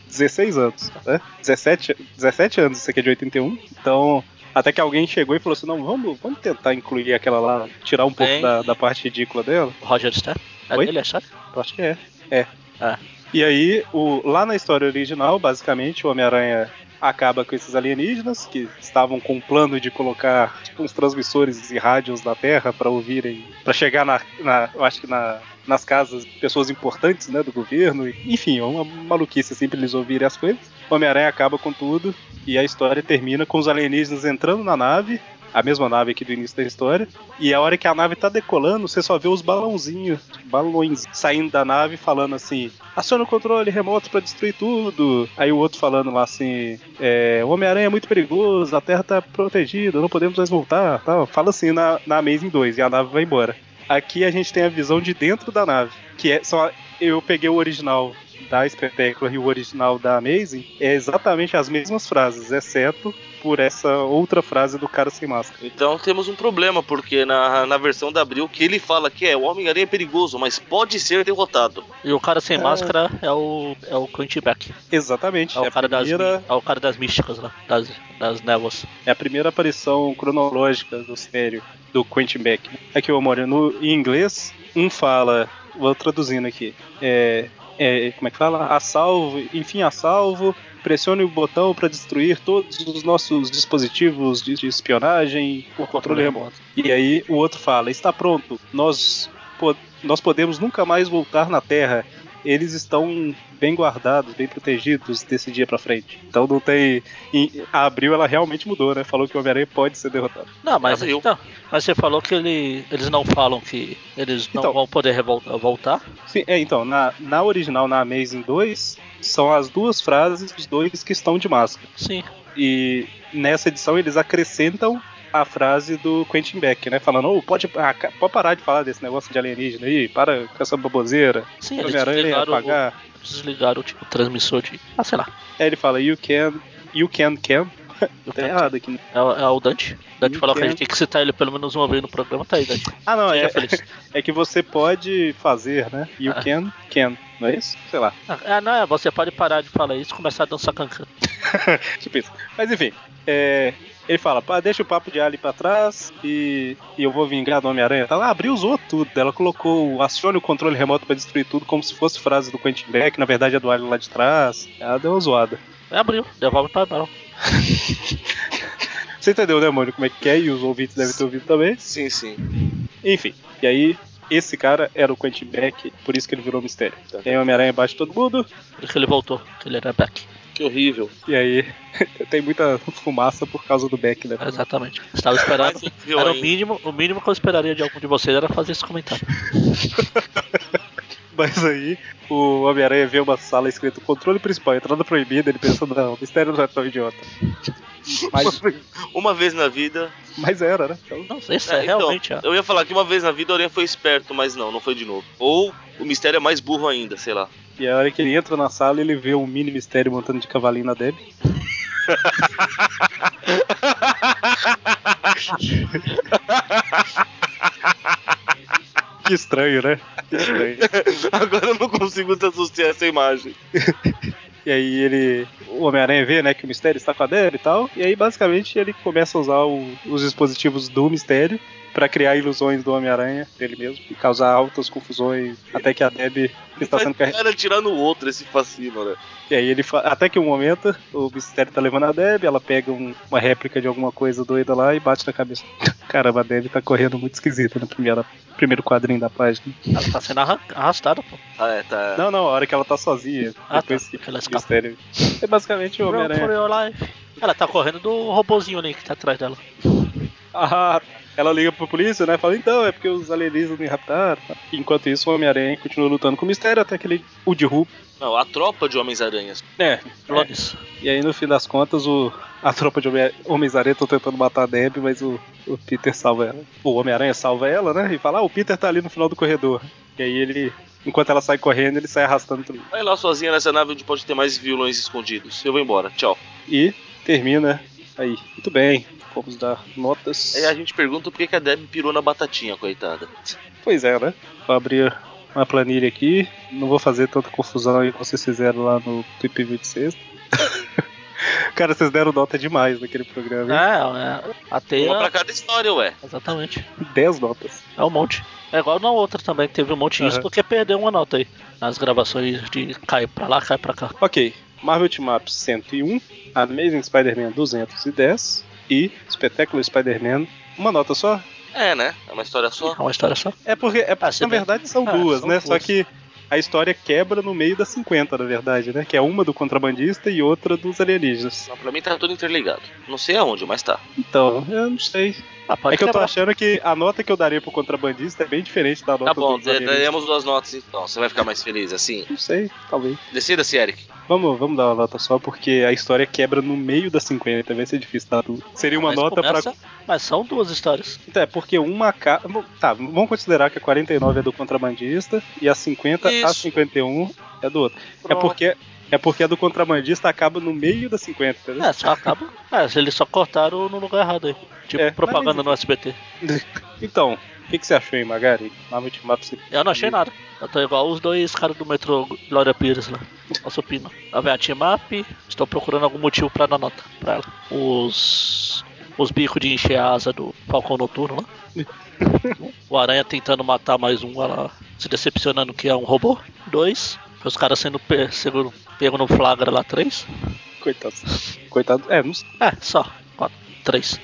Speaker 1: 16 anos, né? 17, 17 anos, isso aqui é de 81. Então, até que alguém chegou e falou assim, não, vamos, vamos tentar incluir aquela lá, tirar um pouco
Speaker 2: Sim.
Speaker 1: da, da parte ridícula dela.
Speaker 2: O Roger Stern? É
Speaker 1: Oi?
Speaker 2: dele, é sério?
Speaker 1: Eu acho que é. É.
Speaker 2: É.
Speaker 1: E aí, o, lá na história original, basicamente, o Homem-Aranha acaba com esses alienígenas que estavam com um plano de colocar tipo, uns transmissores e rádios na Terra para ouvirem, para chegar na, na- eu acho que na- nas casas de pessoas importantes, né, do governo, e- enfim, é uma maluquice sempre eles ouvirem as coisas. O Homem-Aranha acaba com tudo e a história termina com os alienígenas entrando na nave, a mesma nave aqui do início da história, e a hora que a nave tá decolando, você só vê os balãozinhos, balões saindo da nave falando assim: aciona o controle remoto pra destruir tudo. Aí o outro falando lá assim: é, o Homem-Aranha é muito perigoso, a Terra tá protegida, não podemos mais voltar. Tal. Fala assim na, na Amazing 2 e a nave vai embora. Aqui a gente tem a visão de dentro da nave, que é só. Eu peguei o original da Spectacular e o original da Amazing, é exatamente as mesmas frases, exceto por essa outra frase do cara sem máscara.
Speaker 3: Então temos um problema, porque na, na versão da Abril, que ele fala que é o Homem-Aranha é perigoso, mas pode ser derrotado.
Speaker 2: E o cara sem
Speaker 1: É.
Speaker 2: máscara é o. é o Quentin Beck.
Speaker 1: Exatamente.
Speaker 2: É o,
Speaker 1: a
Speaker 2: cara das,
Speaker 1: primeira-
Speaker 2: mi- é o cara das místicas lá, das, das névoas.
Speaker 1: É a primeira aparição cronológica do sério do Quentin Beck. É Aqui o Amor, no em inglês, um fala, vou traduzindo aqui. É, é, como é que fala? A salvo, enfim, a salvo. Pressione o botão para destruir todos os nossos dispositivos de, de espionagem por
Speaker 2: Né,
Speaker 1: controle remoto. E aí o outro fala: está pronto, nós, po- nós podemos nunca mais voltar na Terra. Eles estão bem guardados, bem protegidos desse dia pra frente. Então não tem. e a Abril ela realmente mudou, né? Falou que o Homem-Aranha pode ser derrotado.
Speaker 2: Não, mas,
Speaker 3: Abriu.
Speaker 2: então, mas você falou que ele- eles não falam que eles não
Speaker 1: Então.
Speaker 2: vão poder revol- voltar.
Speaker 1: Sim, é, então, na, na original, na Amazing 2, são as duas frases dos dois que estão de máscara.
Speaker 2: Sim.
Speaker 1: E nessa edição eles acrescentam a frase do Quentin Beck, né? Falando, ô, pode, ah, ca- pode parar de falar desse negócio de alienígena aí, para com essa baboseira.
Speaker 2: Sim, eles
Speaker 1: Homem-Aranha ia
Speaker 2: desligaram, o,
Speaker 1: apagar.
Speaker 2: desligaram tipo, o transmissor de. Ah, sei lá.
Speaker 1: Aí ele fala, you can, you can, can. Tá
Speaker 2: Eu quero-
Speaker 1: errado aqui. né?
Speaker 2: É, o- é o Dante. O Dante
Speaker 1: Hum,
Speaker 2: falou que a
Speaker 1: quero.
Speaker 2: gente tem que citar ele pelo menos uma vez no programa, tá aí, Dante.
Speaker 1: Ah, não, é,
Speaker 2: Seja feliz.
Speaker 1: é que você pode fazer, né? You
Speaker 2: Ah.
Speaker 1: can, can. Não é isso? Sei lá.
Speaker 2: Ah, não, é, você pode parar de falar isso e começar a dançar cancan.
Speaker 1: tipo isso. Mas enfim, é, ele fala, "Pá, deixa o papo de Ali pra trás e, e eu vou vingar do Homem-Aranha. Tá lá, abriu, usou tudo. Ela colocou, o acione o controle remoto pra destruir tudo, como se fosse frase do Quentin Beck, na verdade é do Ali lá de trás. Ela deu uma zoada.
Speaker 2: É, abriu, devolve pra Barão.
Speaker 1: Você entendeu, né, Mônio, como é que é? E os ouvintes devem ter ouvido também.
Speaker 3: Sim, sim.
Speaker 1: Enfim, e aí, esse cara era o Quentin Beck, por isso que ele virou mistério. Tem o Homem-Aranha embaixo de todo mundo,
Speaker 2: Por isso que ele voltou, que ele era back.
Speaker 3: Que horrível.
Speaker 1: e aí tem muita fumaça por causa do Beck, né?
Speaker 2: Exatamente. Estava esperando.
Speaker 3: horrível
Speaker 2: Era um o
Speaker 3: aí.
Speaker 2: mínimo, o mínimo que eu esperaria de algum de vocês era fazer esse comentário.
Speaker 1: Mas aí o Homem-Aranha vê uma sala escrito controle principal, entrada proibida, ele pensa, não, o mistério não é tão idiota. Mas,
Speaker 3: Uma vez na vida.
Speaker 1: mas era, né? Então,
Speaker 2: Nossa, isso
Speaker 3: É,
Speaker 2: é,
Speaker 3: então,
Speaker 2: realmente. ó.
Speaker 3: Eu ia falar que uma vez na vida o Aranha foi esperto, mas não, não foi de novo. Ou o mistério é mais burro ainda, sei lá.
Speaker 1: e a hora que ele entra na sala, ele vê um mini mistério montando de cavalinho na Debbie. que estranho, né? Que estranho.
Speaker 3: Agora eu não consigo associar essa imagem.
Speaker 1: E aí ele. O Homem-Aranha vê, né, que o mistério está com a Deb e tal. E aí basicamente ele começa a usar o- os dispositivos do mistério para criar ilusões do Homem-Aranha dele mesmo e causar altas confusões até que a Deb está tá sendo
Speaker 3: Mas
Speaker 1: carregada.
Speaker 3: Era tirar no outro esse fascino, né?
Speaker 1: E aí ele fa- até que um momento o mistério tá levando a Deb, ela pega um- uma réplica de alguma coisa doida lá e bate na cabeça. Caramba, a Deb tá correndo muito esquisita no primeiro, primeiro quadrinho da página.
Speaker 2: Ela tá sendo arran- arrastada, pô.
Speaker 3: Ah, é, tá.
Speaker 1: Não, não, a hora que ela tá sozinha,
Speaker 2: Ah,
Speaker 1: depois
Speaker 2: tá.
Speaker 1: que
Speaker 2: Ela
Speaker 1: o
Speaker 2: escapa.
Speaker 1: mistério. É basicamente o
Speaker 2: Run
Speaker 1: Homem-Aranha.
Speaker 2: for your life. Ela tá correndo do robozinho ali que tá atrás dela.
Speaker 1: Ah, ela liga pra polícia, né? Fala, então, é porque os alienígenas me raptaram. Enquanto isso, o Homem-Aranha continua lutando com o mistério até que ele o derruba.
Speaker 3: Não, a tropa de Homens-Aranhas.
Speaker 1: É,
Speaker 2: Clones.
Speaker 1: E aí, no fim das contas, o, a tropa de Homem- Homens-Aranha estão tentando matar a Debbie, mas o, o Peter salva ela. O Homem-Aranha salva ela, né? E fala, ah, o Peter tá ali no final do corredor. E aí ele, enquanto ela sai correndo, ele sai arrastando tudo.
Speaker 3: Vai lá sozinha nessa nave onde pode ter mais vilões escondidos. Eu vou embora. Tchau.
Speaker 1: E termina aí. Muito bem, vamos dar notas.
Speaker 3: Aí a gente pergunta por que que a Deb pirou na batatinha, coitada.
Speaker 1: Pois é, né? Vou abrir uma planilha aqui. Não vou fazer tanta confusão aí que vocês fizeram lá no Tweep 26. Cara, vocês deram nota demais naquele programa.
Speaker 3: Ah.
Speaker 1: hein?
Speaker 2: É, é. A teia.
Speaker 3: Uma pra cada história, ué.
Speaker 2: Exatamente.
Speaker 1: 10 notas.
Speaker 2: É um monte. É igual na outra também, que teve um monte disso,
Speaker 1: Aham.
Speaker 2: porque perdeu uma nota aí. Nas gravações de cai pra lá, cai pra cá.
Speaker 1: Ok, Marvel Team Up 101, Amazing Spider-Man 210 e Espetáculo Spider-Man, uma nota só?
Speaker 3: É, né? É uma história só.
Speaker 2: É uma história só.
Speaker 1: É porque, é
Speaker 2: Ah,
Speaker 1: porque
Speaker 2: se
Speaker 1: na
Speaker 2: bem-
Speaker 1: verdade são
Speaker 2: Ah,
Speaker 1: duas,
Speaker 2: são
Speaker 1: né? Só
Speaker 2: duas.
Speaker 1: que a história quebra no meio das 50, na verdade, né? Que é uma do contrabandista e outra dos alienígenas.
Speaker 3: Não, pra mim tá tudo interligado. Não sei aonde, mas tá.
Speaker 1: Então, eu não sei.
Speaker 2: Ah, pode
Speaker 1: é que eu tô
Speaker 2: quebrar.
Speaker 1: achando que a nota que eu daria pro contrabandista é bem diferente da nota
Speaker 3: Tá bom,
Speaker 1: dos
Speaker 3: d-
Speaker 1: alienígenas.
Speaker 3: daremos duas notas então. Você vai ficar mais feliz
Speaker 2: é-
Speaker 3: assim?
Speaker 1: Não sei, talvez.
Speaker 3: Decida-se, Eric.
Speaker 1: Vamos, vamos dar uma nota só, porque a história quebra no meio das 50, vai ser difícil dar tudo. Seria uma
Speaker 2: Mas
Speaker 1: nota pra
Speaker 2: começa- Mas são duas histórias.
Speaker 1: Então, é porque uma ca... Tá, vamos considerar que a 49 é do contrabandista e a 50, a
Speaker 3: Isso.
Speaker 1: 51 é do outro. É
Speaker 3: Pronto.
Speaker 1: porque é porque a do contrabandista acaba no meio da 50, entendeu?
Speaker 2: É, só acaba. É, eles só cortaram no lugar errado aí. Tipo,
Speaker 1: É,
Speaker 2: propaganda
Speaker 1: mas-
Speaker 2: no SBT.
Speaker 1: Então, o que, que você achou, hein, Magari? Marvel Team Up, você-
Speaker 2: Eu não achei nada. Eu tô igual os dois caras do metrô Glória Pires lá. Nossa opinião. Lá vem a Team Up. Estou procurando algum motivo pra dar nota pra ela. Os. Os bicos de encher a asa do Falcão Noturno lá. o Aranha tentando matar mais um, ela se decepcionando que é um robô. Dois. Os caras sendo pe- seguro- pego no flagra lá. Três.
Speaker 1: coitado. Coitado. É, não sei.
Speaker 2: É, só. Quatro. Três.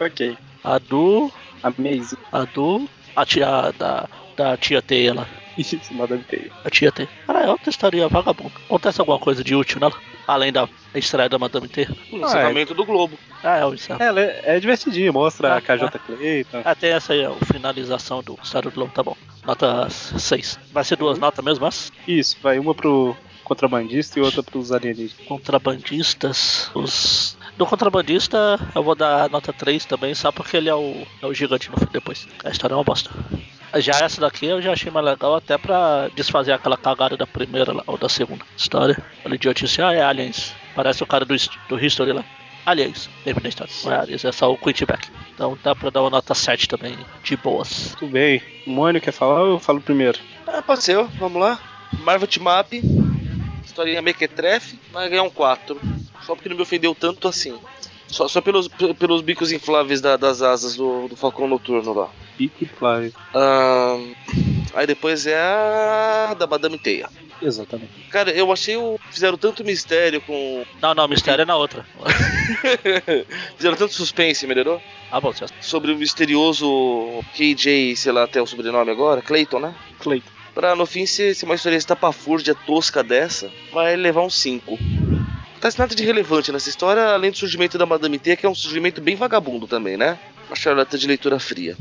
Speaker 1: Ok.
Speaker 2: A do.
Speaker 1: Amazing.
Speaker 2: A do. A tia. Da, da tia Teia lá.
Speaker 1: Isso, Madame Teia.
Speaker 2: A tia T. Cara, é outra historinha vagabunda. Acontece alguma coisa de útil nela? Além da estreia da Madame T.
Speaker 3: No
Speaker 1: Ah,
Speaker 3: Hum, encerramento do Globo.
Speaker 2: Ah, é o encerro.
Speaker 1: Ela é, tá. é divertidinha, mostra
Speaker 2: Ah,
Speaker 1: a KJ Clayton.
Speaker 2: Ah, tem essa aí, ó, finalização do Estado do Globo, tá bom. Nota 6. Vai ser duas notas mesmo, mas
Speaker 1: Isso, vai uma pro contrabandista e outra pros alienígenas.
Speaker 2: contrabandistas. Os. Do contrabandista, eu vou dar nota 3 também, só porque ele é o, é o gigante no fim depois. A história é uma bosta. Já essa daqui eu já achei mais legal, até pra desfazer aquela cagada da primeira lá, ou da segunda história. Ele idiotice, ah, é Aliens. Parece o cara do, his- do History lá. Aliens, termina a história. Não é Aliens, é só o Quintback. Então dá pra dar uma nota 7 também, de boas.
Speaker 1: Tudo bem. O Mônio quer falar ou eu falo primeiro?
Speaker 3: Ah, pode ser, vamos lá. Marvel Team Up, historinha mequetrefe, vai ganhar um 4. Só porque não me ofendeu tanto assim. Só, só pelos, pe- pelos bicos infláveis da- das asas do, do Falcão Noturno lá.
Speaker 1: Pique Flávio.
Speaker 3: Ahn, aí depois é a da Madame Teia.
Speaker 1: Exatamente.
Speaker 3: Cara, eu achei o. Fizeram tanto mistério com.
Speaker 2: Não, não, mistério é na outra.
Speaker 3: Fizeram tanto suspense, melhorou?
Speaker 2: ah, bom, já-
Speaker 3: Sobre o misterioso KJ, sei lá até o sobrenome agora, Clayton, né?
Speaker 1: Clayton.
Speaker 3: Pra no fim ser, ser uma história estapafúrdia tosca dessa, vai levar um 5. Não Tá nada de relevante nessa história, além do surgimento da Madame T, que é um surgimento bem vagabundo também, né? Uma charlata de leitura fria.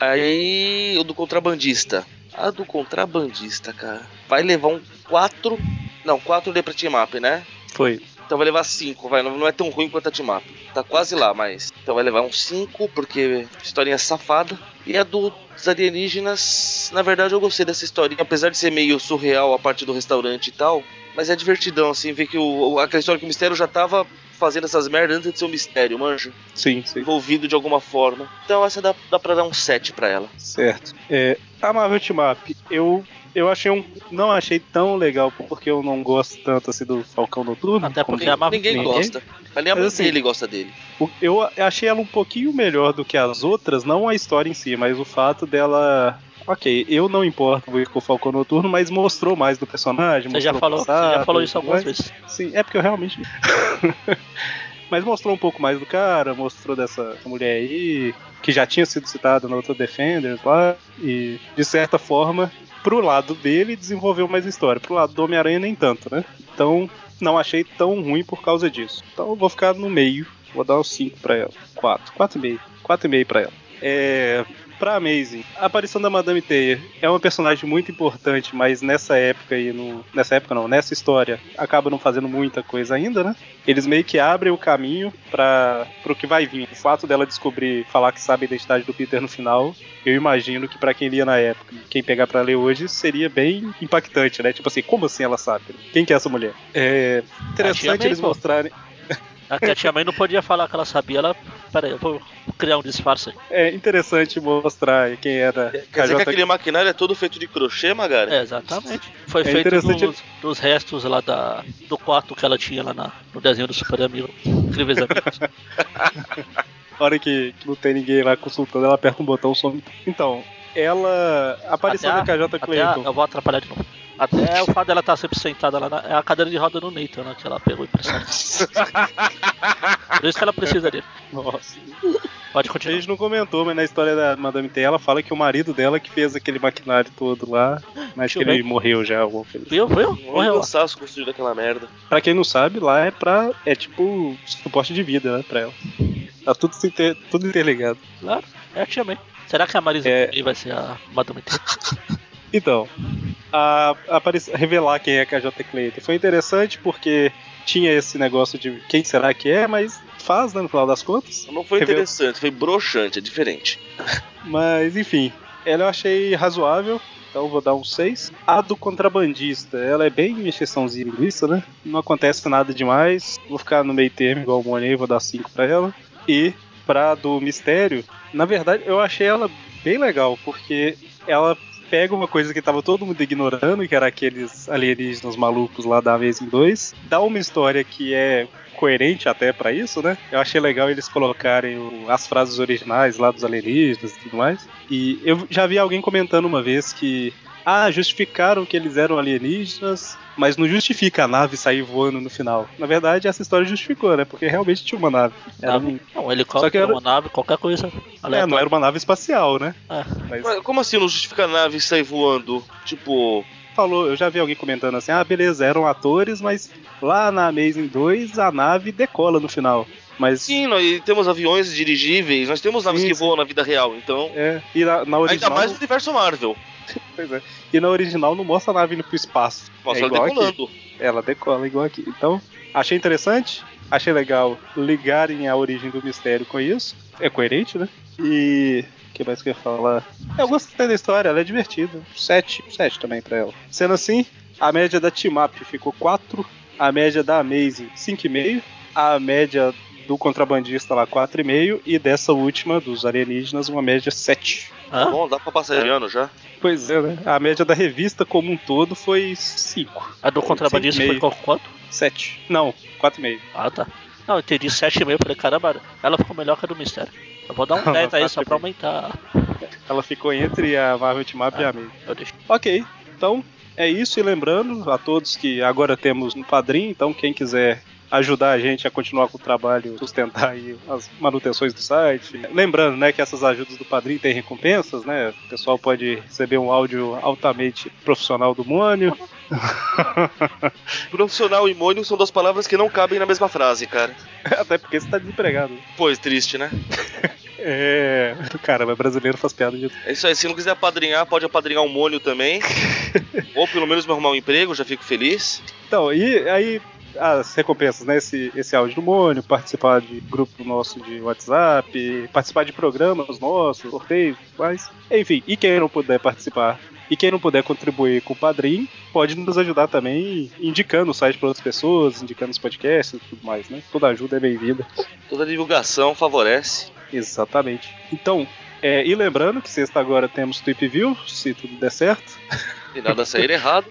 Speaker 3: Aí, o do contrabandista. A do contrabandista, cara. Vai levar um 4. Não, 4 dê pra team up, né?
Speaker 1: Foi.
Speaker 3: Então vai levar 5, vai. Não não é tão ruim quanto a team up. Tá quase lá, mas. Então vai levar um 5, porque historinha safada. E a do, dos alienígenas, na verdade eu gostei dessa historinha. Apesar de ser meio surreal a parte do restaurante e tal. Mas é divertidão, assim, ver que o, o- aquela história que o mistério já tava fazendo essas merdas antes de ser um mistério, manja.
Speaker 1: Sim, sim.
Speaker 3: Envolvido de alguma forma. Então essa dá, dá pra dar um 7 pra ela.
Speaker 1: Certo. É, a Marvel Team Up, eu, eu achei um. Não achei tão legal, porque eu não gosto tanto assim do Falcão Noturno.
Speaker 2: Até
Speaker 1: como
Speaker 2: porque a Marvel-
Speaker 3: Ninguém
Speaker 1: Ninguém?
Speaker 3: gosta. Ali a
Speaker 1: Mas
Speaker 3: mãe
Speaker 1: assim-
Speaker 3: dele gosta dele.
Speaker 1: O- Eu achei ela um pouquinho melhor do que as outras, não a história em si, mas o fato dela. Ok, eu não importo muito com o Falcão Noturno, mas mostrou mais do personagem.
Speaker 2: Você já
Speaker 1: mostrou o
Speaker 2: falou, você já
Speaker 1: passado
Speaker 2: falou
Speaker 1: e
Speaker 2: isso
Speaker 1: tudo
Speaker 2: algumas
Speaker 1: mais.
Speaker 2: vezes.
Speaker 1: Sim, é porque eu realmente. Mas mostrou um pouco mais do cara, mostrou dessa mulher aí, que já tinha sido citada na outra Defenders lá, e de certa forma, pro lado dele desenvolveu mais história, pro lado do Homem-Aranha nem tanto, né? Então não achei tão ruim por causa disso. Então eu vou ficar no meio, Vou dar uns 5 pra ela. 4. 4,5. 4,5 pra ela. É. Pra Amazing, a aparição da Madame Teia é uma personagem muito importante, mas nessa época e no. Nessa época não, nessa história, acaba não fazendo muita coisa ainda, né? Eles meio que abrem o caminho para pro que vai vir. O fato dela descobrir, falar que sabe a identidade do Peter no final, eu imagino que pra quem lia na época, quem pegar pra ler hoje, seria bem impactante, né? Tipo assim, como assim ela sabe? Quem que é essa mulher? É
Speaker 2: Achei
Speaker 1: interessante
Speaker 2: bem,
Speaker 1: eles
Speaker 2: pô.
Speaker 1: mostrarem.
Speaker 2: Até a tia mãe não podia falar que ela sabia, ela. Pera aí, eu vou criar um disfarce. aí.
Speaker 1: É interessante mostrar quem era
Speaker 3: Quer dizer que
Speaker 1: KJ
Speaker 3: aquele maquinário é todo feito de crochê, Magara?
Speaker 2: É, exatamente. Foi
Speaker 1: É
Speaker 2: feito
Speaker 1: interessante-
Speaker 2: dos, dos restos lá da, do quarto que ela tinha lá na- no desenho do Super Amigo. Incríveis amigos.
Speaker 1: Na hora que, que não tem ninguém lá consultando, ela aperta um botão some. Então, ela. A aparição
Speaker 2: Até a-
Speaker 1: da KJ
Speaker 2: até
Speaker 1: Clayton.
Speaker 2: a- eu vou atrapalhar de novo. Até o fato dela estar sempre sentada lá na, é a cadeira de roda do Nathan, né? Que ela pegou emprestado. Por isso que ela precisa dele.
Speaker 1: Nossa.
Speaker 2: Pode
Speaker 1: A
Speaker 2: continuar.
Speaker 1: gente não comentou, mas na história da Madame T, ela fala que o marido dela que fez aquele maquinário todo lá, mas
Speaker 2: Deixa
Speaker 1: que
Speaker 2: eu
Speaker 1: ele
Speaker 2: ver.
Speaker 1: morreu já, alguma coisa.
Speaker 2: Viu, viu?
Speaker 3: Olha
Speaker 2: Morreu
Speaker 3: o
Speaker 2: lá.
Speaker 3: cansaço construído daquela merda.
Speaker 1: Pra quem não sabe, lá é pra. é tipo suporte de vida, né, pra ela. Tá tudo, se inter- tudo interligado.
Speaker 2: Claro, é a tia May. Será que a Marisa
Speaker 1: É.
Speaker 2: Tomei vai ser a Madame T?
Speaker 1: Então, a, a apari- revelar quem é a KJ Clayton foi interessante porque tinha esse negócio de quem será que é, mas faz, né, no final das contas.
Speaker 3: Não foi
Speaker 1: Quer ver?
Speaker 3: interessante, foi broxante, é diferente.
Speaker 1: Mas enfim, ela eu achei razoável, então vou dar um 6. A do contrabandista, ela é bem exceçãozinha linguiça, né? Não acontece nada demais. Vou ficar no meio termo igual o Money, vou dar 5 pra ela. E pra do mistério, na verdade eu achei ela bem legal, porque ela pega uma coisa que tava todo mundo ignorando, que era aqueles alienígenas malucos lá da Amazing 2, dá uma história que é coerente até pra isso, né? Eu achei legal eles colocarem o- as frases originais lá dos alienígenas e tudo mais. E eu já vi alguém comentando uma vez que ah, justificaram que eles eram alienígenas, mas não justifica a nave sair voando no final. Na verdade, essa história justificou, né? Porque realmente tinha uma nave. Era um-
Speaker 2: Não, um
Speaker 1: Só que
Speaker 2: helicóptero,
Speaker 1: era-
Speaker 2: uma nave, qualquer coisa.
Speaker 1: é, não
Speaker 2: aleatória.
Speaker 1: era uma nave espacial, né?
Speaker 2: É.
Speaker 1: Mas
Speaker 3: Mas como assim não justifica a nave sair voando? Tipo,
Speaker 1: falou, eu já vi alguém comentando assim, ah, beleza, eram atores, mas lá na Amazing 2 a nave decola no final. Mas
Speaker 3: sim, nós temos aviões dirigíveis, nós temos naves
Speaker 1: Sim,
Speaker 3: que
Speaker 1: sim.
Speaker 3: voam na vida real, então.
Speaker 1: é, e na, na
Speaker 3: Ainda
Speaker 1: original.
Speaker 3: mais no universo Marvel.
Speaker 1: Pois é. E na original não mostra a nave indo pro espaço.
Speaker 3: Nossa,
Speaker 1: é
Speaker 3: ela
Speaker 1: igual aqui.
Speaker 3: decolando.
Speaker 1: Ela decola igual aqui. Então, achei interessante, achei legal ligarem a origem do mistério com isso. É coerente, né? E. O que mais que eu ia falar? Eu gostei da história, ela é divertida. 7, 7 também pra ela. Sendo assim, a média da Timap ficou 4, a média da Amazing 5,5, a média do contrabandista lá 4,5 e dessa última dos alienígenas uma média 7.
Speaker 2: Hã?
Speaker 3: Tá Bom, dá pra passar
Speaker 1: É.
Speaker 3: de ano já.
Speaker 1: Pois é, né? A média da revista como um todo foi 5,
Speaker 2: A do contrabandista
Speaker 1: Cinco e
Speaker 2: foi qual- quanto?
Speaker 1: 7. Não, 4,5.
Speaker 2: Ah, tá. Não, eu entendi 7,5. Falei, caramba, ela ficou melhor que a do Mistério. Eu vou dar um
Speaker 1: Não,
Speaker 2: 10 aí
Speaker 1: mas
Speaker 2: só
Speaker 1: tá
Speaker 2: pra aumentar.
Speaker 1: Ela ficou entre a Marvel Ultimate e a Amazing.
Speaker 2: Eu deixo.
Speaker 1: Ok, então é isso. E lembrando a todos que agora temos no Padrim, então quem quiser ajudar a gente a continuar com o trabalho, sustentar aí as manutenções do site. Lembrando, né, que essas ajudas do Padrim têm recompensas, né? O pessoal pode receber um áudio altamente profissional do Mônio.
Speaker 3: Profissional e mônio são duas palavras que não cabem na mesma frase, cara.
Speaker 1: Até porque você tá desempregado.
Speaker 3: Pois, triste, né?
Speaker 1: É. Caramba, brasileiro faz piada de.
Speaker 3: É isso aí, se não quiser apadrinhar, pode apadrinhar o Mônio também. Ou pelo menos me arrumar um emprego, já fico feliz.
Speaker 1: Então, e aí as recompensas, né? Esse, esse áudio do Mônio, participar de grupo nosso de WhatsApp, participar de programas nossos, sorteios, mas. Enfim, e quem não puder participar e quem não puder contribuir com o Padrim, pode nos ajudar também indicando o site para outras pessoas, indicando os podcasts e tudo mais, né? Toda ajuda é bem-vinda.
Speaker 3: Toda divulgação favorece.
Speaker 1: Exatamente. Então, é, e lembrando que sexta agora temos Tweep View, se tudo der certo.
Speaker 3: E nada sair errado.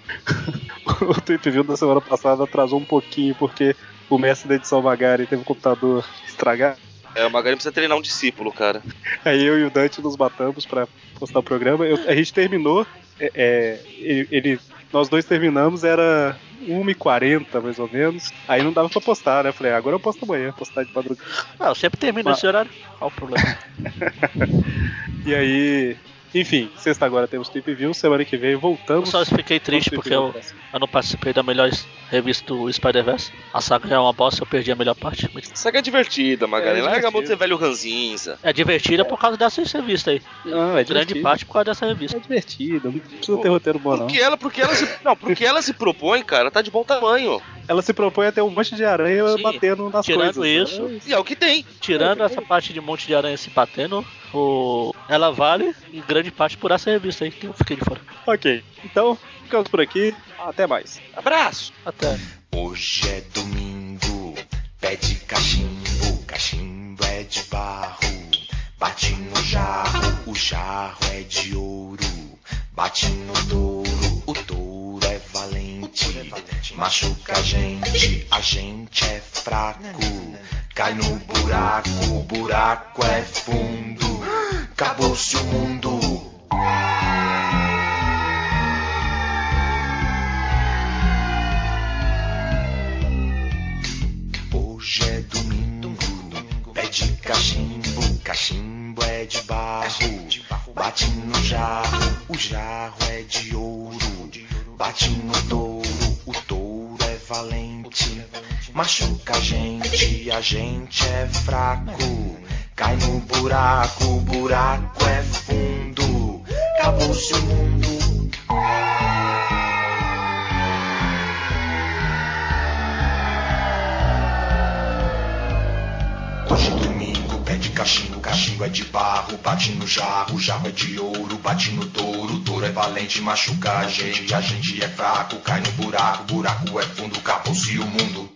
Speaker 1: o Tweep View da semana passada atrasou um pouquinho porque o mestre da edição Magari teve o computador estragado.
Speaker 3: É, o Magari precisa treinar um discípulo, cara.
Speaker 1: Aí eu e o Dante nos matamos pra postar o programa. Eu- a gente terminou, é, é, ele, ele- nós dois terminamos, era 1h40 mais ou menos. Aí não dava pra postar, né? Eu falei, agora eu posto amanhã, postar de madrugada.
Speaker 2: Ah, eu sempre termino
Speaker 1: Mas-
Speaker 2: esse horário. Qual o problema?
Speaker 1: E aí Enfim, sexta agora temos Trip View, semana que vem
Speaker 2: Eu
Speaker 1: voltamos.
Speaker 2: só fiquei triste
Speaker 1: Vamos
Speaker 2: porque é um
Speaker 1: Trip View
Speaker 2: eu,
Speaker 1: atrás.
Speaker 2: eu não participei da melhor revista do Spider-Verse. A saga já é uma bosta, eu perdi a melhor parte.
Speaker 3: Saga é divertida, Magali.
Speaker 1: É, é
Speaker 3: Larga a mão
Speaker 1: divertido.
Speaker 3: de ser velho ranzinza.
Speaker 2: É divertida por causa dessa revista aí.
Speaker 1: Não, é
Speaker 2: Grande
Speaker 1: divertido.
Speaker 2: parte por causa dessa
Speaker 1: É
Speaker 2: revista.
Speaker 1: divertido, não precisa ter roteiro bom, não.
Speaker 3: Porque ela, porque ela se, não, porque ela se propõe, cara, tá de bom tamanho.
Speaker 1: Ela se propõe a ter um monte de aranha
Speaker 2: Sim,
Speaker 1: batendo nas
Speaker 2: tirando
Speaker 1: coisas.
Speaker 2: isso.
Speaker 1: né?
Speaker 3: E é o que tem.
Speaker 2: Tirando essa parte de monte de aranha se batendo, o... ela vale em grande parte por essa revista aí que eu fiquei de fora.
Speaker 1: Ok, então ficamos por aqui. Até mais.
Speaker 3: Abraço.
Speaker 2: Até.
Speaker 4: Hoje é domingo, pede cachimbo, cachimbo é de barro, bate no jarro, o jarro é de ouro, bate no touro, o touro é valente, machuca a gente, a gente é fraco, cai no buraco, o buraco é fundo, acabou-se o mundo. Hoje é domingo, pede cachimbo, cachimbo é de barro, bate no jarro, o jarro é de ouro, bate no touro, o touro é valente, machuca a gente, a gente é fraco, cai no buraco, o buraco é fundo, acabou-se o mundo. Hoje é domingo, pede cachimbo, cachimbo é de barro, bate no jarro, jarro é de ouro, bate no touro, touro é valente, machuca a gente, a gente é fraco, cai no buraco, buraco é fundo, acabou-se o mundo.